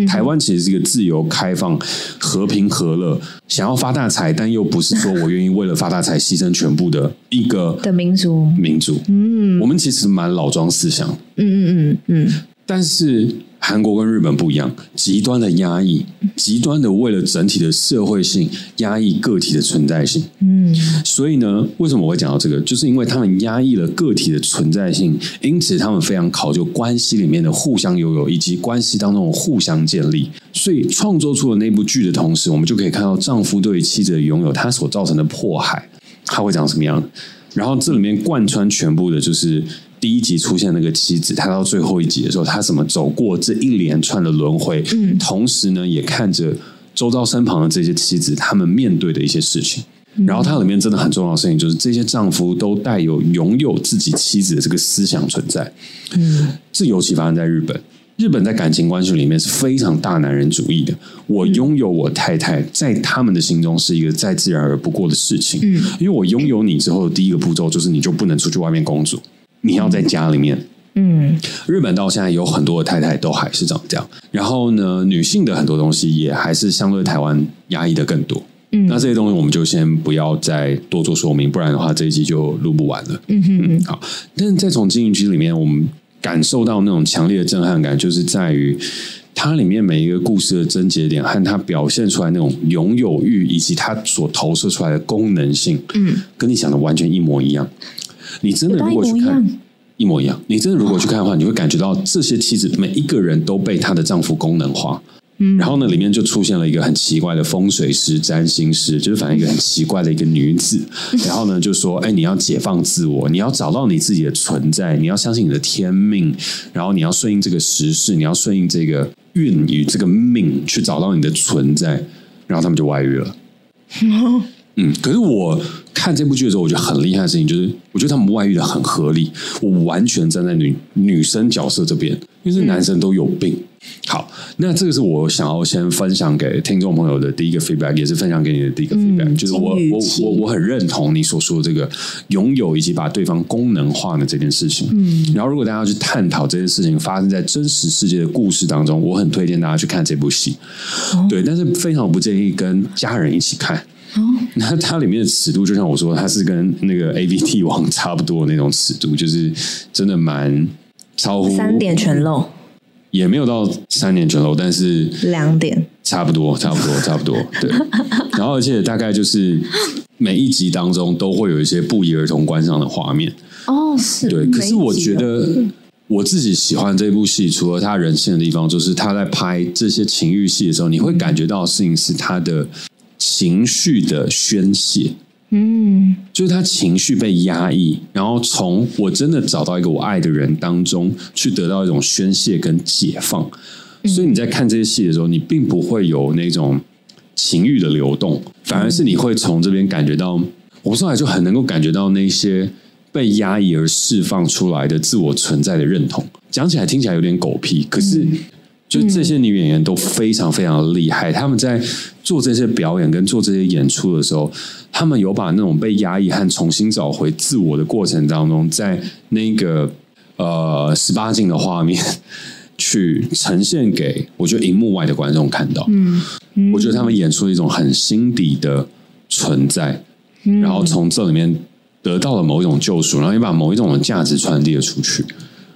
台湾其实是一个自由、开放、和平、和乐，想要发大财，但又不是说我愿意为了发大财牺牲全部的一个的民族，民族。嗯，我们其实蛮老庄思想，嗯嗯嗯嗯，但是韩国跟日本不一样，极端的压抑，极端的为了整体的社会性压抑个体的存在性。嗯，所以呢，为什么我会讲到这个？就是因为他们压抑了个体的存在性，因此他们非常考究关系里面的互相拥有以及关系当中的互相建立。所以创作出了那部剧的同时，我们就可以看到丈夫对于妻子的拥有，他所造成的迫害，他会长什么样的。然后这里面贯穿全部的就是第一集出现那个妻子，她到最后一集的时候，她怎么走过这一连串的轮回？嗯，同时呢，也看着周遭身旁的这些妻子，她们面对的一些事情。然后它里面真的很重要的事情就是，这些丈夫都带有拥有自己妻子的这个思想存在。嗯，这尤其发生在日本。日本在感情关系里面是非常大男人主义的。我拥有我太太，在他们的心中是一个再自然而不过的事情。嗯，因为我拥有你之后，第一个步骤就是你就不能出去外面工作，你要在家里面。嗯，日本到现在有很多的太太都还是长这样，然后呢，女性的很多东西也还是相对台湾压抑的更多。嗯，那这些东西我们就先不要再多做说明，不然的话这一集就录不完了。嗯哼嗯，好。但是再从经营区里面，我们感受到那种强烈的震撼感，就是在于它里面每一个故事的症结点和它表现出来那种拥有欲，以及它所投射出来的功能性，嗯，跟你想的完全一模一样。你真的有到如果一去模一看样。一模一样。你真的如果去看的话，你会感觉到这些妻子每一个人都被她的丈夫功能化。嗯，然后呢，里面就出现了一个很奇怪的风水师、占星师，就是反正一个很奇怪的一个女子。然后呢，就说：“哎，你要解放自我，你要找到你自己的存在，你要相信你的天命，然后你要顺应这个时势，你要顺应这个运与这个命，去找到你的存在。”然后他们就外遇了。嗯，可是我看这部剧的时候，我觉得很厉害的事情就是，我觉得他们外遇的很合理，我完全站在女女生角色这边，因为这男生都有病。好，那这个是我想要先分享给听众朋友的第一个 feedback，也是分享给你的第一个 feedback，、就是我金鱼我期我我很认同你所说的这个拥有以及把对方功能化的这件事情。嗯，然后如果大家要去探讨这件事情发生在真实世界的故事当中，我很推荐大家去看这部戏。对，但是非常不建议跟家人一起看。哦 那它里面的尺度，就像我说，它是跟那个 A V T 网差不多的那种尺度，就是真的蛮超乎三点全漏，也没有到三点全漏，但是两点，差不多，差不多，差不多， 对。然后而且大概就是每一集当中都会有一些不约而同观赏的画面，哦，是对，可是我觉，得我自己喜欢这部戏，除了它人性的地方，就是他在拍这些情欲戏的时候，你会感觉到的事情是他的情绪的宣泄。嗯，就是他情绪被压抑，然后从我真的找到一个我爱的人当中，去得到一种宣泄跟解放。所以你在看这些戏的时候，你并不会有那种情欲的流动，反而是你会从这边感觉到，我上来就很能够感觉到那些被压抑而释放出来的自我存在的认同。讲起来听起来有点狗屁，可是就这些女演员都非常非常厉害，她们在做这些表演跟做这些演出的时候，她们有把那种被压抑和重新找回自我的过程当中，在那个呃十八禁的画面。去呈现给我觉得荧幕外的观众看到，我觉得他们演出了一种很心底的存在，然后从这里面得到了某一种救赎，然后也把某一种的价值传递了出去。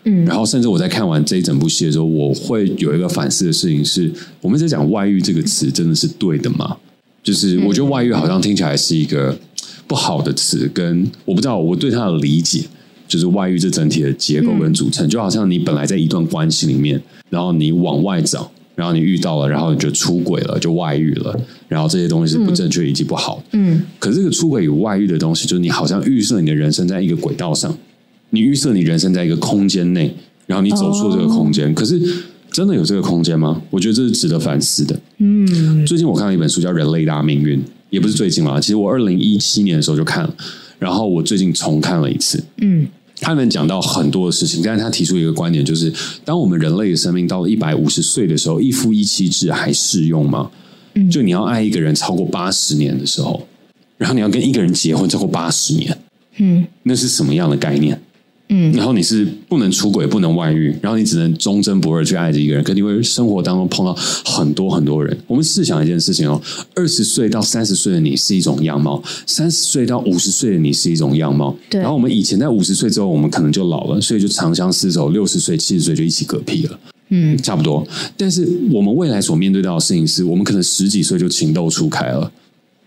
嗯，然后甚至我在看完这一整部戏的时候，我会有一个反思的事情是：我们在讲外遇这个词真的是对的吗？就是我觉得外遇好像听起来是一个不好的词，跟我不知道我对它的理解，就是外遇这整体的结构跟组成，就好像你本来在一段关系里面，然后你往外找，然后你遇到了，然后你就出轨了，就外遇了，然后这些东西是不正确以及不好的。嗯可是这个出轨与外遇的东西，就是你好像预设你的人生在一个轨道上，你预设你人生在一个空间内，然后你走出这个空哦间，可是真的有这个空间吗？我觉得这是值得反思的。嗯最近我看了一本书叫《人类大命运》，也不是最近啦，其实我二零一七年的时候就看了，然后我最近重看了一次。嗯，他们讲到很多的事情，但是他提出一个观点，就是当我们人类的生命到了一百五十岁的时候，一夫一妻制还适用吗？嗯就你要爱一个人超过八十年的时候，然后你要跟一个人结婚超过八十年，嗯，那是什么样的概念？嗯然后你是不能出轨，不能外遇，然后你只能忠贞不二去爱着一个人，可你会生活当中碰到很多很多人。我们试想一件事情哦，二十岁到三十岁的你是一种样貌，三十岁到五十岁的你是一种样貌，对然后我们以前在五十岁之后，我们可能就老了，所以就长相厮守，六十岁、七十岁就一起嗝屁了。嗯，差不多。但是我们未来所面对到的事情是，我们可能十几岁就情窦初开了。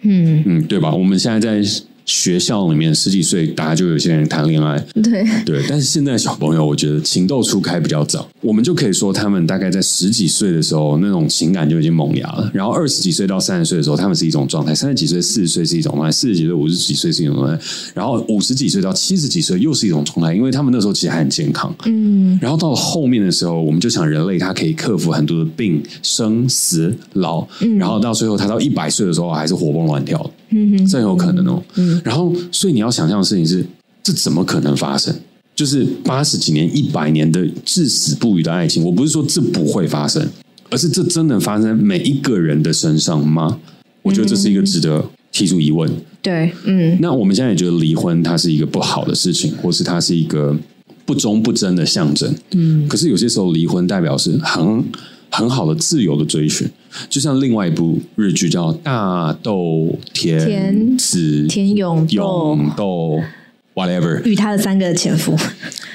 嗯，嗯，对吧？我们现在在学校里面，十几岁大家就有些人谈恋爱，对，对。但是现在小朋友，我觉得情窦初开比较早，我们就可以说他们大概在十几岁的时候，那种情感就已经萌芽了。然后二十几岁到三十岁的时候，他们是一种状态；三十几岁、四十岁是一种状态；四十几岁、五十几岁是一种状态；然后五十几岁到七十几岁又是一种状态，因为他们那时候其实还很健康。嗯然后到了后面的时候，我们就想人类它可以克服很多的病、生、死、老，然后到最后它到一百岁的时候还是活蹦乱跳的。嗯哼，这很有可能哦。嗯然后，所以你要想象的事情是，这怎么可能发生？就是八十几年、一百年的至死不渝的爱情，我不是说这不会发生，而是这真的发生每一个人的身上吗？我觉得这是嗯一个值得提出疑问。对，嗯那我们现在也觉得离婚它是一个不好的事情，或是它是一个不忠不贞的象征。嗯，可是有些时候，离婚代表是很很好的自由的追寻，就像另外一部日剧叫《大豆田田子田永斗永斗 whatever，与他的三个前夫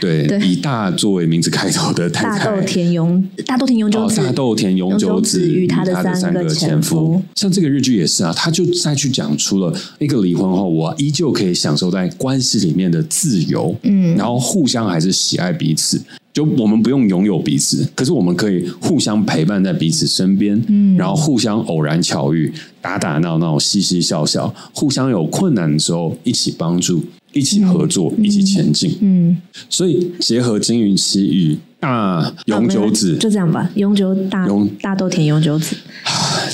对，对以大作为名字开头的太大太豆田永大豆田永久哦，子大豆田永久子永久子与他的的三个个前夫夫，像这个日剧也是啊，他就再去讲出了一个离婚后，我依旧可以享受在关系里面的自由，嗯然后互相还是喜爱彼此，就我们不用拥有彼此，可是我们可以互相陪伴在彼此身边，嗯然后互相偶然巧遇，打打闹闹，嘻嘻笑笑，互相有困难的时候一起帮助，一起合作，一起前进。嗯，所以结合金鱼期与大永久啊没子有就这样吧，永久大永大豆田永久子，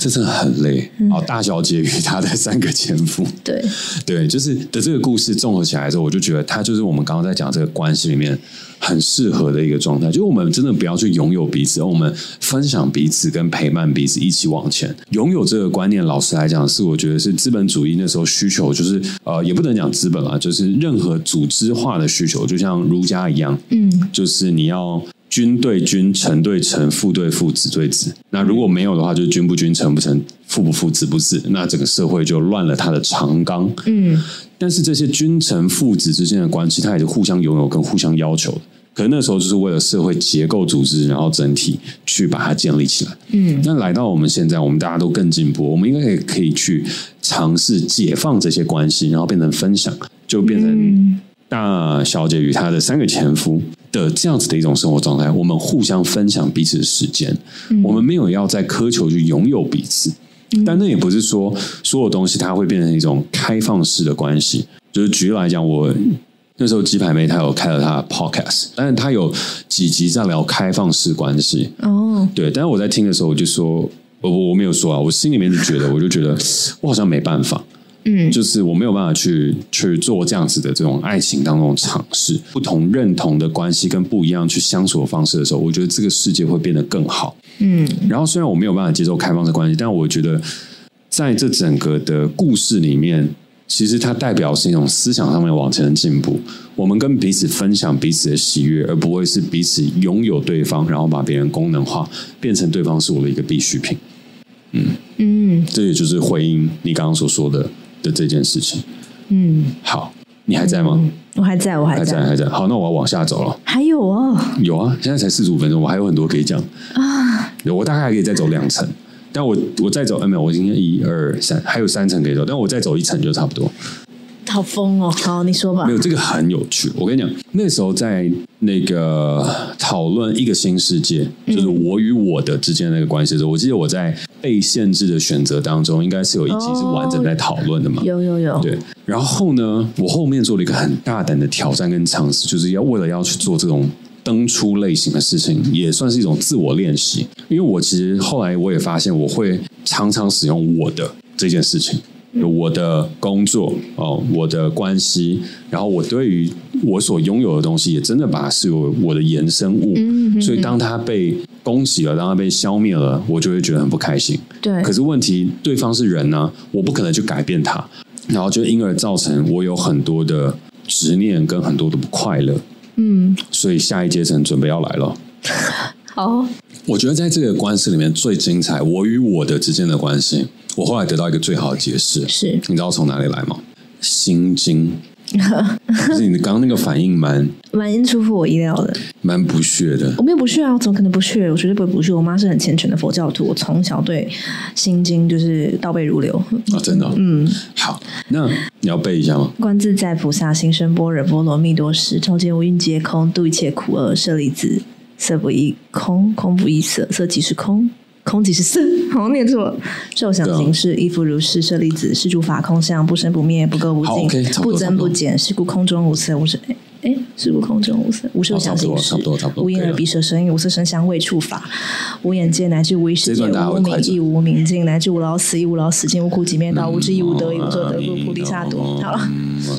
这真的很累。好，大小姐与她的三个前夫，对， 对，就是的这个故事综合起来之后，我就觉得它就是我们刚刚在讲这个关系里面很适合的一个状态，就是我们真的不要去拥有彼此，而我们分享彼此跟陪伴彼此一起往前。拥有这个观念，老实来讲，是我觉得是资本主义那时候需求，就是呃，也不能讲资本啊，就是任何组织化的需求，就像儒家一样，嗯就是你要君对君、臣对臣、父对父、子对子。那如果没有的话，就是君不君、臣不臣、父不父、子不子，那整个社会就乱了它的常纲。嗯但是这些君臣父子之间的关系，它也是互相拥有跟互相要求的。可能那时候就是为了社会结构组织，然后整体去把它建立起来。嗯，那来到我们现在，我们大家都更进步，我们应该也可以去尝试解放这些关系，然后变成分享，就变成、嗯大小姐与她的三个前夫的这样子的一种生活状态，我们互相分享彼此的时间，嗯我们没有要在苛求去拥有彼此，但那也不是说所有东西它会变成一种开放式的关系。就是举例来讲，我那时候鸡排妹她有开了她的 podcast，但是她有几集在聊开放式关系，哦，对，但是我在听的时候，我就说，我我我没有说啊，我心里面就觉得，我就觉得我好像没办法，嗯就是我没有办法去去做这样子的这种爱情当中的尝试，不同认同的关系跟不一样去相处的方式的时候，我觉得这个世界会变得更好。嗯然后虽然我没有办法接受开放式关系，但我觉得在这整个的故事里面，其实它代表是一种思想上面往前的进步。我们跟彼此分享彼此的喜悦，而不会是彼此拥有对方，然后把别人功能化，变成对方是我的一个必需品。嗯这也就是回应你刚刚所说的的这件事情。嗯，好，你还在吗？我还在，我还还在，在，还在。好，那我要往下走了。还有哦有啊，现在才四十五分钟，我还有很多可以讲。啊，有我大概还可以再走两层，但我我再走，哎，没有，我今天一二三，还有三层可以走，但我再走一层就差不多。好疯哦，好，你说吧没，有这个很有趣，我跟你讲，那时候在那个讨论一个新世界，就是我与我的之间的那个关系的时候，我记得我在被限制的选择当中，应该是有一集是完整在讨论的嘛。有有有，对，然后呢，我后面做了一个很大胆的挑战跟尝试，就是要为了要去做这种登出类型的事情，也算是一种自我练习。因为我其实后来我也发现，我会常常使用我的这件事情。有我的工作哦，我的关系，然后我对于我所拥有的东西，也真的把它视为我的衍生物。嗯哼所以，当它被攻击了，当它被消灭了，我就会觉得很不开心。对，可是问题，对方是人呢、啊我不可能去改变他，然后就因而造成我有很多的执念跟很多的不快乐。嗯，所以下一阶层准备要来了。好，我觉得在这个官司里面最精彩，我与我的之间的关系，我后来得到一个最好的解释，是你知道从哪里来吗？心经。就是你刚刚那个反应蛮蛮出乎我意料的。蛮不屑的我，没有不屑啊，我怎么可能不屑？我绝对不会不屑。我妈是很虔诚的佛教徒，我从小对心经就是倒背如流。啊，真的、嗯，好，那你要背一下吗？观自在菩萨，行深般若波罗蜜多时，照见无蕴皆空，度一切苦厄。舍利子，色不异空，空不异色，色即是空，空即是色。好像念错了。受想对啊行识，亦复如是。舍利子，是诸法空相，不生不灭，不垢不好净，OK，差不多差不不增多不减。是故空中无色，无声。哎，是悟空真无色，无色哦想行识，差不多差不多无眼可以耳了鼻舌身意，无色声香味触法，无眼界乃至无意识这段界，大家无会快明速亦无明尽，乃至无老死亦无老死尽，无苦集灭道，无知亦无得亦，无所得故，嗯菩提萨埵。嗯好了，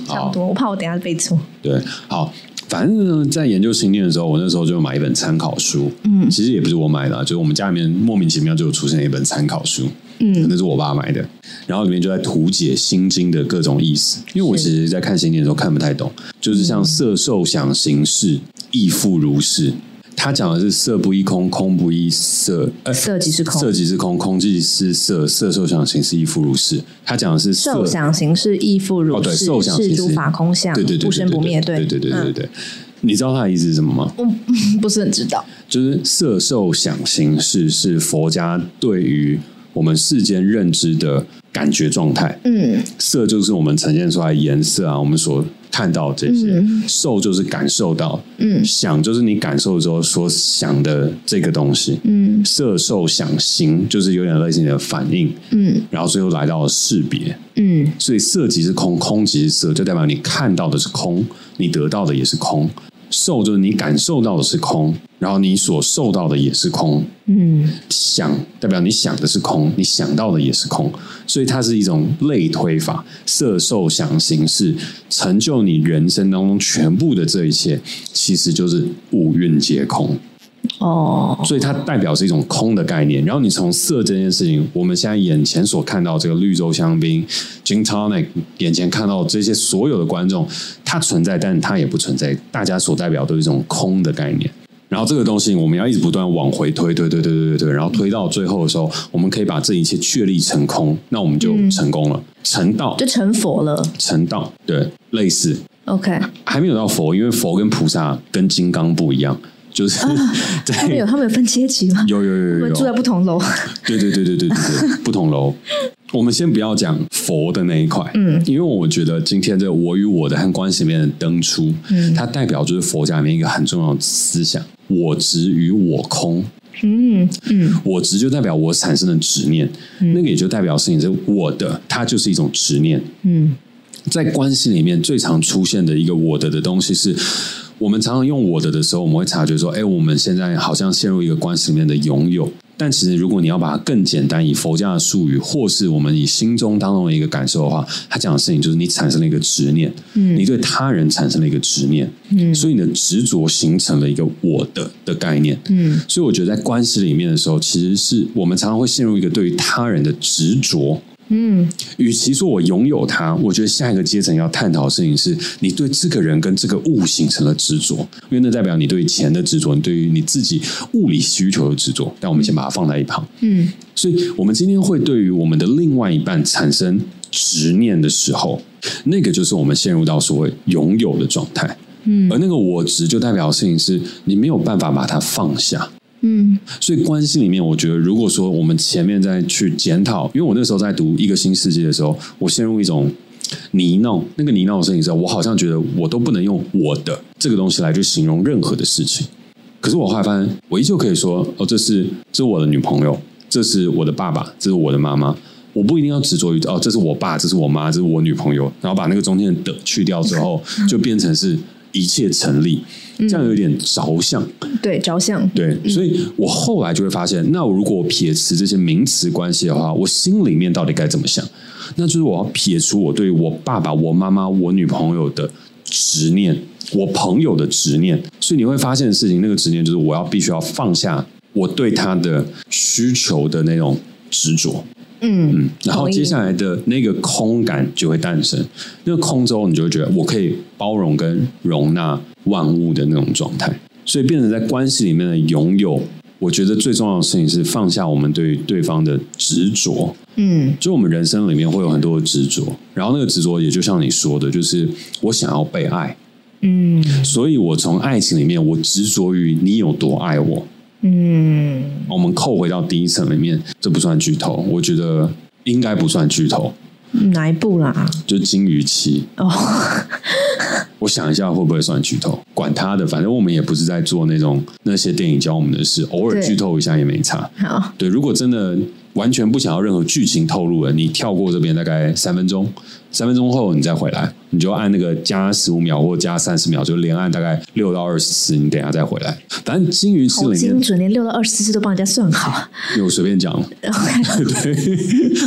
差不多。我怕我等一下背错。对，好，反正呢，在研究心念的时候，我那时候就买一本参考书，嗯，其实也不是我买的啊、就是我们家里面莫名其妙就有出现一本参考书，嗯，那是我爸买的，然后里面就在图解《心经》的各种意思，因为我是嗯其实在看心经的时候看不太懂，就是像色受想行识，亦复如是。他讲的是色不异空，空不异色，呃，色即是空色即是空，空即是色，色受想行识亦复如是。他讲的是色受想行识亦复哦，如对，是受，想是行识诸法空相对对，对，不生不灭。对对对对对嗯，对。你知道他的意思是什么吗？我 不是很知道。就是色、受、想、行、识是佛家对于我们世间认知的感觉状态。嗯，色就是我们呈现出来的颜色啊，我们所看到这些；受就是感受到，嗯想就是你感受之后所想的这个东西，嗯，色、受、想、行就是有点类似你的反应，嗯，然后最后来到了识别，嗯，所以色即是空，空即是色，就代表你看到的是空，你得到的也是空。受就是你感受到的是空，然后你所受到的也是空。嗯，想代表你想的是空，你想到的也是空，所以它是一种类推法，色、受、想、行、识，成就你人生当中全部的这一切，其实就是五蕴皆空。哦，所以它代表是一种空的概念。然后你从色这件事情，我们现在眼前所看到这个绿洲香槟、gin tonic，眼前看到这些所有的观众，它存在，但它也不存在。大家所代表都是一种空的概念。然后这个东西我们要一直不断往回推，推，推，推，推，推，推，然后推到最后的时候，我们可以把这一切确立成空，那我们就成功了，成道就，成佛了。成道，对，类似。 OK，还没有到佛，因为佛跟菩萨跟金刚不一样，就是、对，他们有他们有分阶级吗？有有有我有们有，住在不同楼。 对对对对对对对，不同楼。我们先不要讲佛的那一块，嗯，因为我觉得今天这个我与我的和关系里面的登出，嗯，它代表就是佛家里面一个很重要的思想，我执与我空，嗯嗯我执就代表我产生的执念，那个也就代表事情是我的，它就是一种执念，嗯，在关系里面最常出现的一个我的的东西是。我们常常用我的的时候，我们会察觉说，哎，我们现在好像陷入一个关系里面的拥有。但其实，如果你要把它更简单，以佛家的术语，或是我们以心中当中的一个感受的话，他讲的事情就是你产生了一个执念，嗯，你对他人产生了一个执念，嗯，所以你的执着形成了一个我的的概念，嗯，所以我觉得在关系里面的时候，其实是我们常常会陷入一个对于他人的执着，嗯与其说我拥有它，我觉得下一个阶层要探讨的事情是你对这个人跟这个物形成了执着，因为那代表你对钱的执着，你对于你自己物理需求的执着。但我们先把它放在一旁。嗯，所以我们今天会对于我们的另外一半产生执念的时候，那个就是我们陷入到所谓拥有的状态。嗯，而那个我执就代表的事情是你没有办法把它放下。嗯所以关系里面，我觉得如果说我们前面再去检讨，因为我那时候在读《一个新世界》的时候，我陷入一种泥淖，那个泥淖的事情之后，我好像觉得我都不能用我的这个东西来去形容任何的事情。可是我后来发现，我依旧可以说，哦，这是这是我的女朋友，这是我的爸爸，这是我的妈妈。我不一定要执着于哦，这是我爸，这是我妈，这是我女朋友，然后把那个中间的的去掉之后，就变成是一切成立，这样有点着相。对，着相。对，所以我后来就会发现，那如果我撇除这些名词关系的话，我心里面到底该怎么想？那就是我要撇除我对我爸爸、我妈妈、我女朋友的执念，我朋友的执念。所以你会发现的事情，那个执念就是我要必须要放下我对他的需求的那种执着。嗯嗯，然后同意接下来的那个空感就会诞生。那个空之后，你就会觉得我可以包容跟容纳万物的那种状态，所以变成在关系里面的拥有。我觉得最重要的事情是放下我们对于对方的执着，嗯就我们人生里面会有很多的执着，然后那个执着也就像你说的，就是我想要被爱，嗯所以我从爱情里面我执着于你有多爱我，嗯我们扣回到第一层里面，这不算剧透，我觉得应该不算剧透，嗯，哪一部啦？就是金鱼期。哦， 我想一下会不会算剧透？管他的，反正我们也不是在做那种那些电影教我们的事，偶尔对剧透一下也没差。好，对，如果真的完全不想要任何剧情透露了，你跳过这边大概三分钟，三分钟后你再回来，你就按那个加十五秒或加三十秒，就连按大概六到二十次，你等一下再回来。反正金鱼吃好里精面，准，连六到二十次都帮人家算 好。我随便讲，对，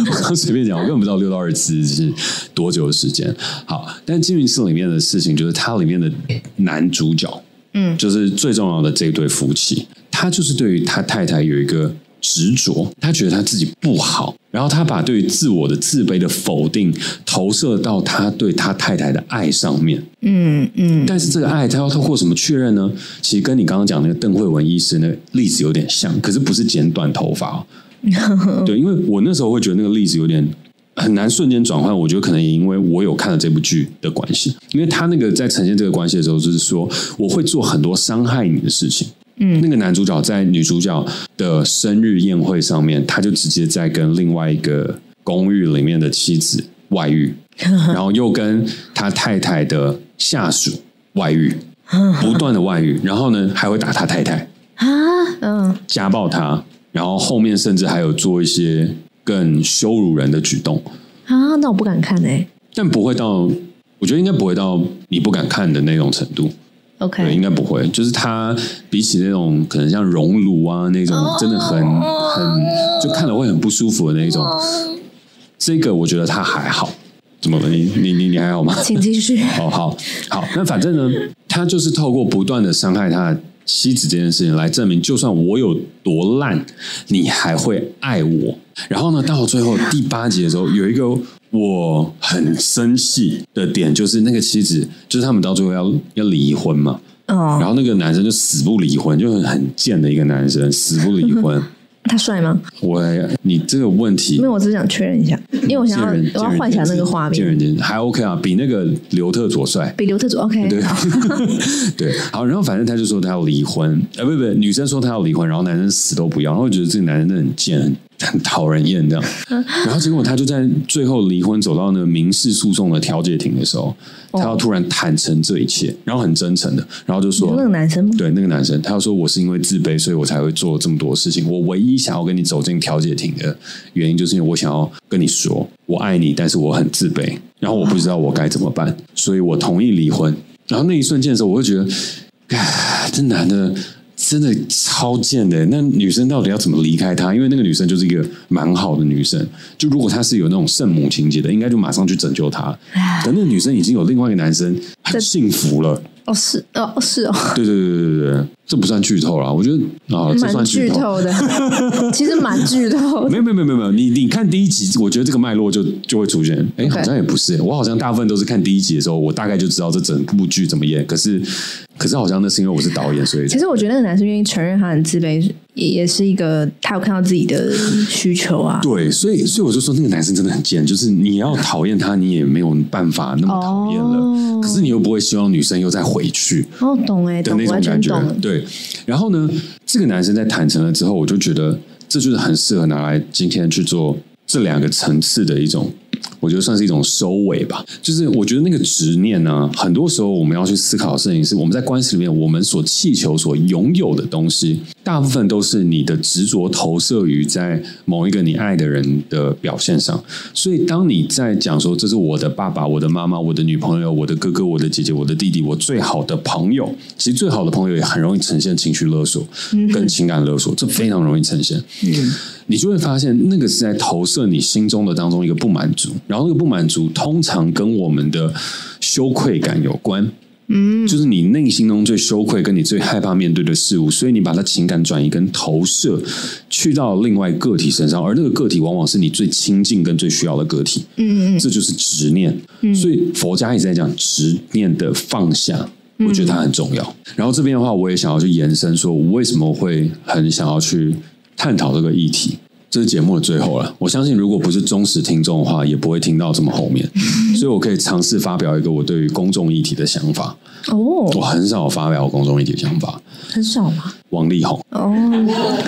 我刚随便讲，我根本不知道六到二十是多久的时间。好，但《金鱼四》里面的事情就是它里面的男主角，嗯就是最重要的这对夫妻，他就是对于他太太有一个执着，他觉得他自己不好，然后他把对于自我的自卑的否定投射到他对他太太的爱上面。嗯嗯，但是这个爱，它要透过什么确认呢？其实跟你刚刚讲那个邓慧文医师那个例子有点像，可是不是剪短头发、哦。对，因为我那时候会觉得那个例子有点很难瞬间转换。我觉得可能也因为我有看了这部剧的关系，因为他那个在呈现这个关系的时候，就是说我会做很多伤害你的事情。嗯，那个男主角在女主角的生日宴会上面，他就直接在跟另外一个公寓里面的妻子外遇，然后又跟他太太的下属外遇，不断的外遇，然后呢还会打他太太。啊，嗯家暴他，然后后面甚至还有做一些更羞辱人的举动，啊，那我不敢看哎、但不会到，我觉得应该不会到你不敢看的那种程度，对，应 OK，该不会。就是他比起那种可能像熔炉啊那种，真的很很就看了会很不舒服的那种，这个我觉得他还好。怎么了？你你你你还好吗？请继续。哦，好好，那反正呢，他就是透过不断的伤害他的妻子这件事情来证明，就算我有多烂，你还会爱我。然后呢，到最后第八集的时候，有一个我很生气的点，就是那个妻子，就是他们到最后要要离婚嘛，然哦，后那个男生就死不离婚，就很很贱的一个男生，死不离 婚。他帅吗？我你这个问题没有，我只是想确认一下，因为我想见要仁我要幻想那个画见面，仁见智还 OK 啊，比那个刘特佐帅。比刘特佐 OK 对对， 好，然后反正他就说他要离婚，呃，不不，女生说他要离婚，然后男生死都不要，然后我觉得这个男人真的很贱，很很讨人厌这 样。然后结果他就在最后离婚走到那个民事诉讼的调解庭的时候，哦他要突然坦诚这一切，然后很真诚的，然后就你说说那个男生吗？对那个男生，他要说我是因为自卑，所以我才会做这么多事情。我唯一想要跟你走进调解庭的原因，就是因为我想要跟你说我爱你，但是我很自卑，然后我不知道我该怎么办，所以我同意离婚。然后那一瞬间的时候，我会觉得，啊，这男的真的超贱的。那女生到底要怎么离开他？因为那个女生就是一个蛮好的女生，就如果她是有那种圣母情节的，应该就马上去拯救她。可那个女生已经有另外一个男生很幸福了。哦，是哦，是哦，对对对对对对，这不算剧透啦，我觉得啊，这 蛮算剧剧透。透的， 其实蛮剧透的。 没有没有没有没有没有，你你看第一集，我觉得这个脉络就就会出现。哎， OK 好像也不是，我好像大部分都是看第一集的时候，我大概就知道这整部剧怎么演。可是可是好像那是因为我是导演，所以其实我觉得那个男生愿意承认他很自卑，也也是一个他有看到自己的需求啊。对，所以所以我就说那个男生真的很贱，就是你要讨厌他，你也没有办法那么讨厌了。哦可是你又不会希望女生又再回去，哦，懂哎，的懂那，种完全感觉懂了。。对，然后呢，这个男生在坦诚了之后，我就觉得这就是很适合拿来今天去做这两个层次的一种，我觉得算是一种收尾吧。就是我觉得那个执念呢，很多时候我们要去思考的事情是，我们在关系里面我们所祈求、所拥有的东西，大部分都是你的执着投射于在某一个你爱的人的表现上。所以，当你在讲说这是我的爸爸、我的妈妈、我的女朋友、我的哥哥、我的姐姐、我的弟弟、我最好的朋友，其实最好的朋友也很容易呈现情绪勒索跟情感勒索，这非常容易呈现。你就会发现，那个是在投射你心中的当中一个不满足，然后那个不满足通常跟我们的羞愧感有关。嗯，就是你内心中最羞愧、跟你最害怕面对的事物，所以你把它情感转移跟投射去到另外个体身上，而那个个体往往是你最亲近跟最需要的个体。嗯嗯这就是执念。所以佛家一直在讲执念的放下，我觉得它很重要。然后这边的话，我也想要去延伸，说我为什么会很想要去探讨这个议题。这是节目的最后了，我相信如果不是忠实听众的话，也不会听到这么后面，所以我可以尝试发表一个我对于公众议题的想法。嗯，哦，我很少发表公众议题的想法。很少嘛。王力宏，哦，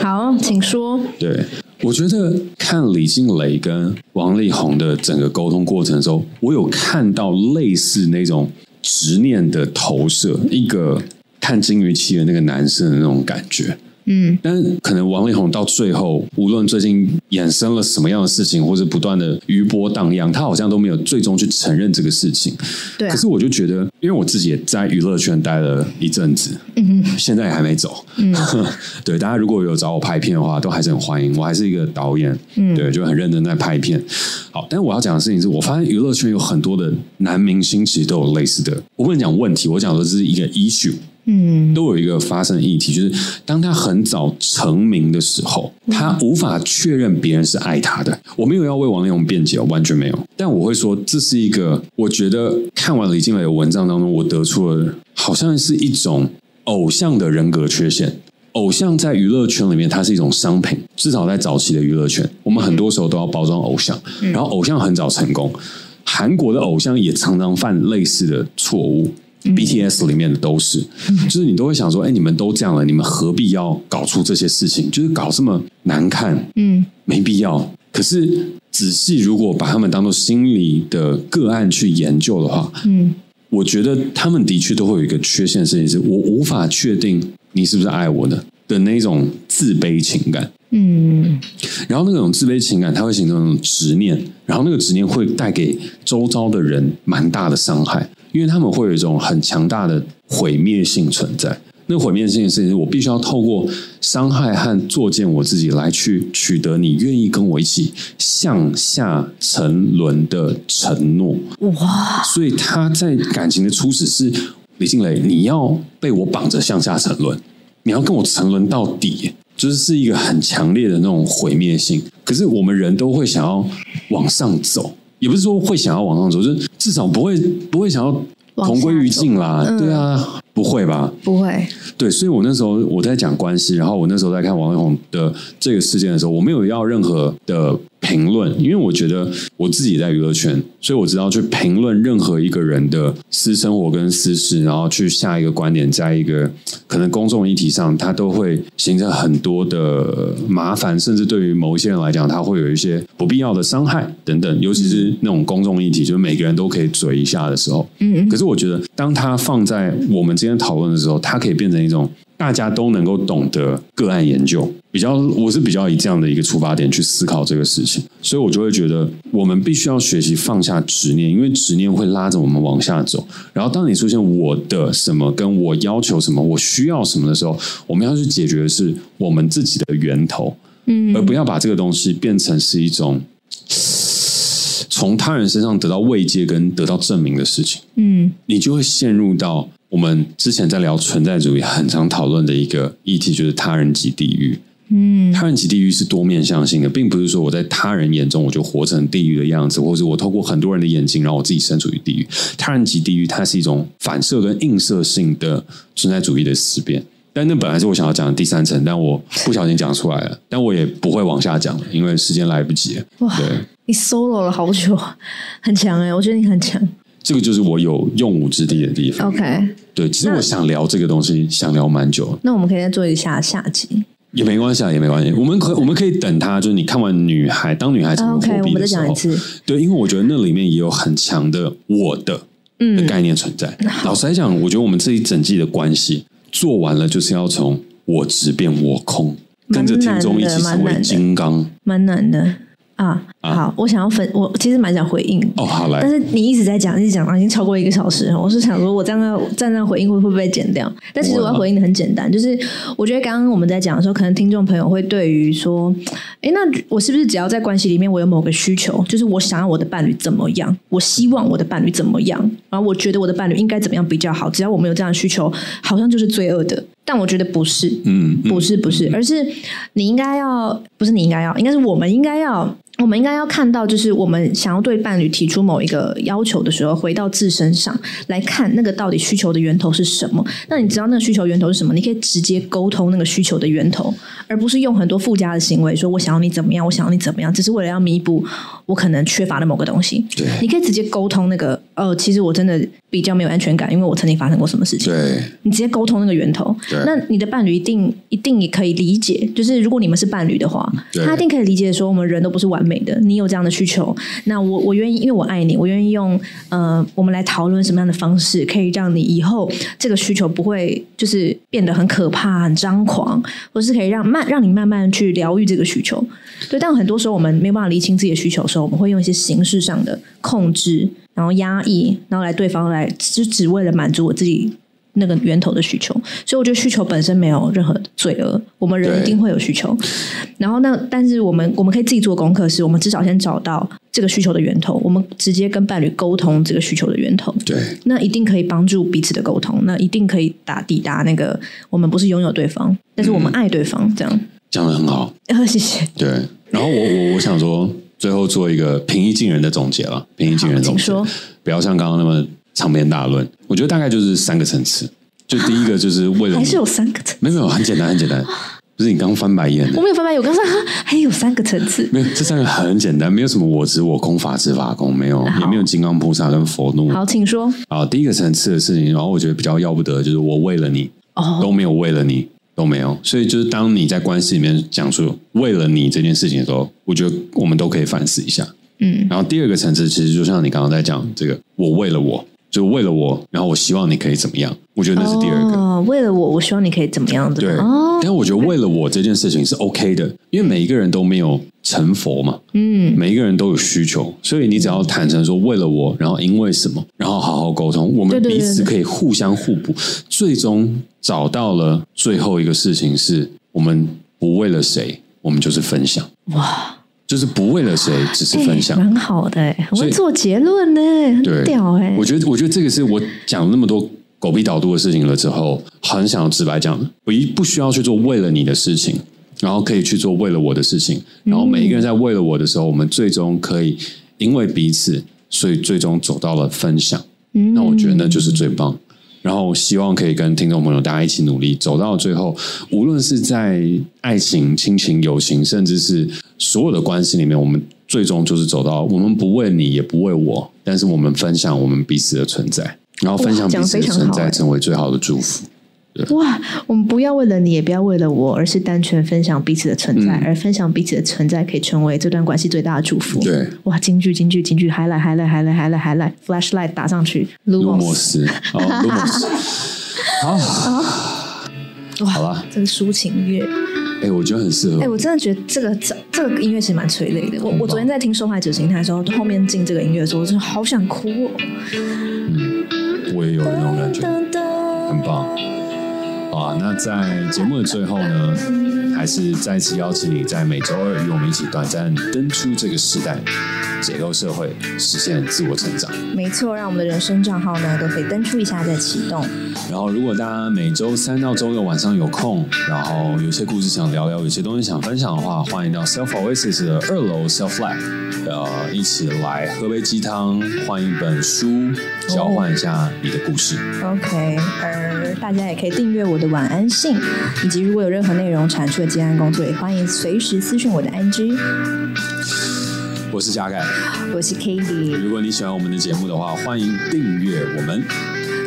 好，请说。对，我觉得看李静蕾跟王力宏的整个沟通过程的时候，我有看到类似那种执念的投射，一个看金鱼期的那个男生的那种感觉。嗯，但可能王力宏到最后，无论最近衍生了什么样的事情，或者不断的余波荡漾，他好像都没有最终去承认这个事情。对啊可是我就觉得，因为我自己也在娱乐圈待了一阵子，嗯，现在也还没走。嗯， 对，大家如果有找我拍片的话，都还是很欢迎。我还是一个导演，嗯，对，就很认真在拍片。好，但我要讲的事情是我发现娱乐圈有很多的男明星其实都有类似的，我不能讲问题，我讲说这是一个 issue。都嗯有一个发生议题，就是当他很早成名的时候，他无法确认别人是爱他的。我没有要为王力宏辩解，完全没有。但我会说，这是一个我觉得看完李静蕾的文章当中，我得出了好像是一种偶像的人格缺陷。偶像在娱乐圈里面，它是一种商品，至少在早期的娱乐圈，我们很多时候都要包装偶像，然后偶像很早成功。韩国的偶像也常常犯类似的错误。BTS 里面的都是，就是你都会想说，哎、你们都这样了，你们何必要搞出这些事情？就是搞这么难看，嗯，没必要。可是仔细如果把他们当做心理的个案去研究的话，嗯，我觉得他们的确都会有一个缺陷，事情是我无法确定你是不是爱我的的那种自卑情感。嗯，然后那种自卑情感，它会形成一种执念，然后那个执念会带给周遭的人蛮大的伤害，因为他们会有一种很强大的毁灭性存在。那个毁灭性的事情，我必须要透过伤害和作践我自己来去取得你愿意跟我一起向下沉沦的承诺。嗯哇，所以他在感情的初始是李静蕾，你要被我绑着向下沉沦，你要跟我沉沦到底，就是是一个很强烈的那种毁灭性。可是我们人都会想要往上走，也不是说会想要往上走，就是至少不会不会想要往同归于尽啦，下走嗯对啊，不会吧？不会，对，所以我那时候我在讲关系，然后我那时候在看王力宏的这个事件的时候，我没有要任何的评论，因为我觉得我自己在娱乐圈，所以我知道去评论任何一个人的私生活跟私事，然后去下一个观点，在一个可能公众议题上，它都会形成很多的麻烦，甚至对于某一些人来讲，他会有一些不必要的伤害等等，尤其是那种公众议题，就是每个人都可以嘴一下的时候，嗯可是我觉得，当它放在我们今天讨论的时候，它可以变成一种大家都能够懂得个案研究。比较，我是比较以这样的一个出发点去思考这个事情，所以我就会觉得，我们必须要学习放下执念，因为执念会拉着我们往下走。然后，当你出现我的什么，跟我要求什么，我需要什么的时候，我们要去解决的是我们自己的源头，嗯，而不要把这个东西变成是一种从他人身上得到慰藉跟得到证明的事情。嗯你就会陷入到我们之前在聊存在主义很常讨论的一个议题，就是他人及地狱。嗯，他人及地狱是多面向性的，并不是说我在他人眼中我就活成地狱的样子，或者我透过很多人的眼睛，让我自己身处于地狱。他人及地狱，它是一种反射跟映射性的存在主义的思辨。但那本来是我想要讲的第三层，但我不小心讲出来了，但我也不会往下讲了，因为时间来不及了。哇对，你 solo 了好久，很强哎、我觉得你很强。这个就是我有用武之地的地方。 OK，对，其实那我想聊这个东西，想聊蛮久，那我们可以再做一下下集。也没关系啊，也没关系。我们可我们可以等他，就是你看完《女孩》，当女孩成为啊呃 OK，货我币们再的时候讲一次。对，因为我觉得那里面也有很强的我的嗯的概念存在。老实来讲，我觉得我们这一整季的关系做完了，就是要从我执变我空，跟蛮着听众一难的起成蛮难为的金刚。蛮难的啊。好，我想要分，我其实蛮想回应。哦，好但来，是你一直在讲，一直讲，已经超过一个小时了。我是想说，我这样要这样回应会不会被剪掉？但其实我要回应的很简单，就是我觉得刚刚我们在讲的时候，可能听众朋友会对于说，诶，那我是不是只要在关系里面我有某个需求，就是我想要我的伴侣怎么样，我希望我的伴侣怎么样，然后我觉得我的伴侣应该怎么样比较好？只要我们有这样的需求，好像就是罪恶的。但我觉得不是，嗯，嗯不是不是，而是你应该要，不是你应该要，应该是我们应该要，我们应该要看到，就是我们想要对伴侣提出某一个要求的时候，回到自身上来看那个到底需求的源头是什么。那你知道那个需求源头是什么，你可以直接沟通那个需求的源头，而不是用很多附加的行为，说我想要你怎么样，我想要你怎么样，只是为了要弥补我可能缺乏了某个东西。对你可以直接沟通那个，呃，其实我真的比较没有安全感，因为我曾经发生过什么事情。对你直接沟通那个源头对，那你的伴侣一定一定也可以理解，就是如果你们是伴侣的话，嗯对他一定可以理解说我们人都不是完美的，你有这样的需求，那我我愿意，因为我爱你，我愿意用呃，我们来讨论什么样的方式可以让你以后这个需求不会就是变得很可怕、很张狂，或是可以让慢让你慢慢去疗愈这个需求。对，但很多时候我们没有办法厘清自己的需求的时候，我们会用一些形式上的控制，然后压抑，然后来对方来就只为了满足我自己那个源头的需求，所以我觉得需求本身没有任何罪恶，我们人对一定会有需求。然后那但是我们我们可以自己做功课，是我们至少先找到这个需求的源头，我们直接跟伴侣沟通这个需求的源头，对那一定可以帮助彼此的沟通，那一定可以打抵达那个我们不是拥有对方，但是我嗯们爱对方，这样。讲的很好。呃，谢谢。对，然后我我我想说，最后做一个平易近人的总结了，平易近人的总结好请，不要像刚刚那么长篇大论。我觉得大概就是三个层次，就第一个就是为了还你，是有三个层，没有没有很简单很简单，不是你刚翻白眼我的。没有翻白眼，我刚说哈还有三个层次。没有，这三个很简单，没有什么我执我空、法执法空，没有，也没有金刚菩萨跟佛怒。好，请说。啊，第一个层次的事情，然后我觉得比较要不得的就是我为了你，哦，都没有为了你，都没有。所以就是当你在关系里面讲出为了你这件事情的时候，我觉得我们都可以反思一下。嗯，然后第二个层次，其实就像你刚刚在讲这个，我为了我，就为了我，然后我希望你可以怎么样？我觉得那是第二个。哦，为了我，我希望你可以怎么样子？对，哦，但我觉得为了我这件事情是 OK 的，因为每一个人都没有成佛嘛，嗯，每一个人都有需求，所以你只要坦诚说为了我，然后因为什么，然后好好沟通，我们对对对彼此可以互相互补，最终找到了最后一个事情是，我们不为了谁，我们就是分享，哇，就是不为了谁，只是哎分享。蛮好的，哎很所以会做结论呢，对很屌哎我。觉得，我觉得这个是我讲了那么多狗屁倒肚的事情了之后，很想要直白讲，我一不需要去做为了你的事情，然后可以去做为了我的事情，然后每一个人在为了我的时候，我们最终可以因为彼此，所以最终走到了分享。嗯那我觉得那就是最棒。然后希望可以跟听众朋友大家一起努力，走到最后，无论是在爱情、亲情、友情，甚至是所有的关系里面，我们最终就是走到我们不为你，也不为我，但是我们分享我们彼此的存在，然后分享哇彼讲得此的非常存好在，哎成为最好的祝福。哇，我们不要为了你，也不要为了我，而是单纯分享彼此的存嗯在，而分享彼此的存在可以成为这段关系最大的祝福。对，哇，金句金句金句，highlight highlight highlight highlight highlight，flashlight 打上去，路卢莫莫斯，斯， 哦，路莫斯，好，好哇啦，这个抒情乐。哎、我觉得很适合哎、。我真的觉得这个这这个音乐其实蛮催泪的。我我昨天在听《受害者心态》的时候，后面进这个音乐的时候，我真的好想哭哦。我也有那种感觉，很棒。好啊，那在节目的最后呢，还是再次邀请你在每周二与我们一起短暂登出这个时代，解构社会，实现自我成长。没错，让我们的人生账号呢都可以登出一下再启动。然后，如果大家每周三到周六晚上有空，然后有些故事想聊聊，有些东西想分享的话，欢迎到 Self Oasis 的二楼 Self Lab，呃，一起来喝杯鸡汤，换一本书，交换一下你的故事。 OK，而大家也可以订阅我的晚安信，以及如果有任何内容产出的接案工作，也欢迎随时私讯我的 IG。我是嘉盖。我是 Katie，如果你喜欢我们的节目的话，欢迎订阅我们。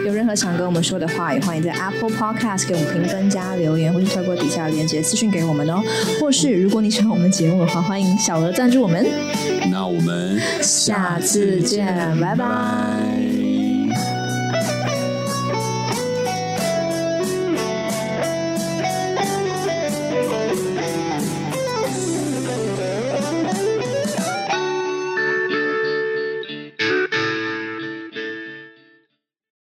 有任何想跟我们说的话，也欢迎在 Apple Podcast 给我们评分加留言，或是透过底下的链接私讯给我们哦。或是如果你喜欢我们节目的话，欢迎小额赞助我们。那我们下次见，拜拜。拜。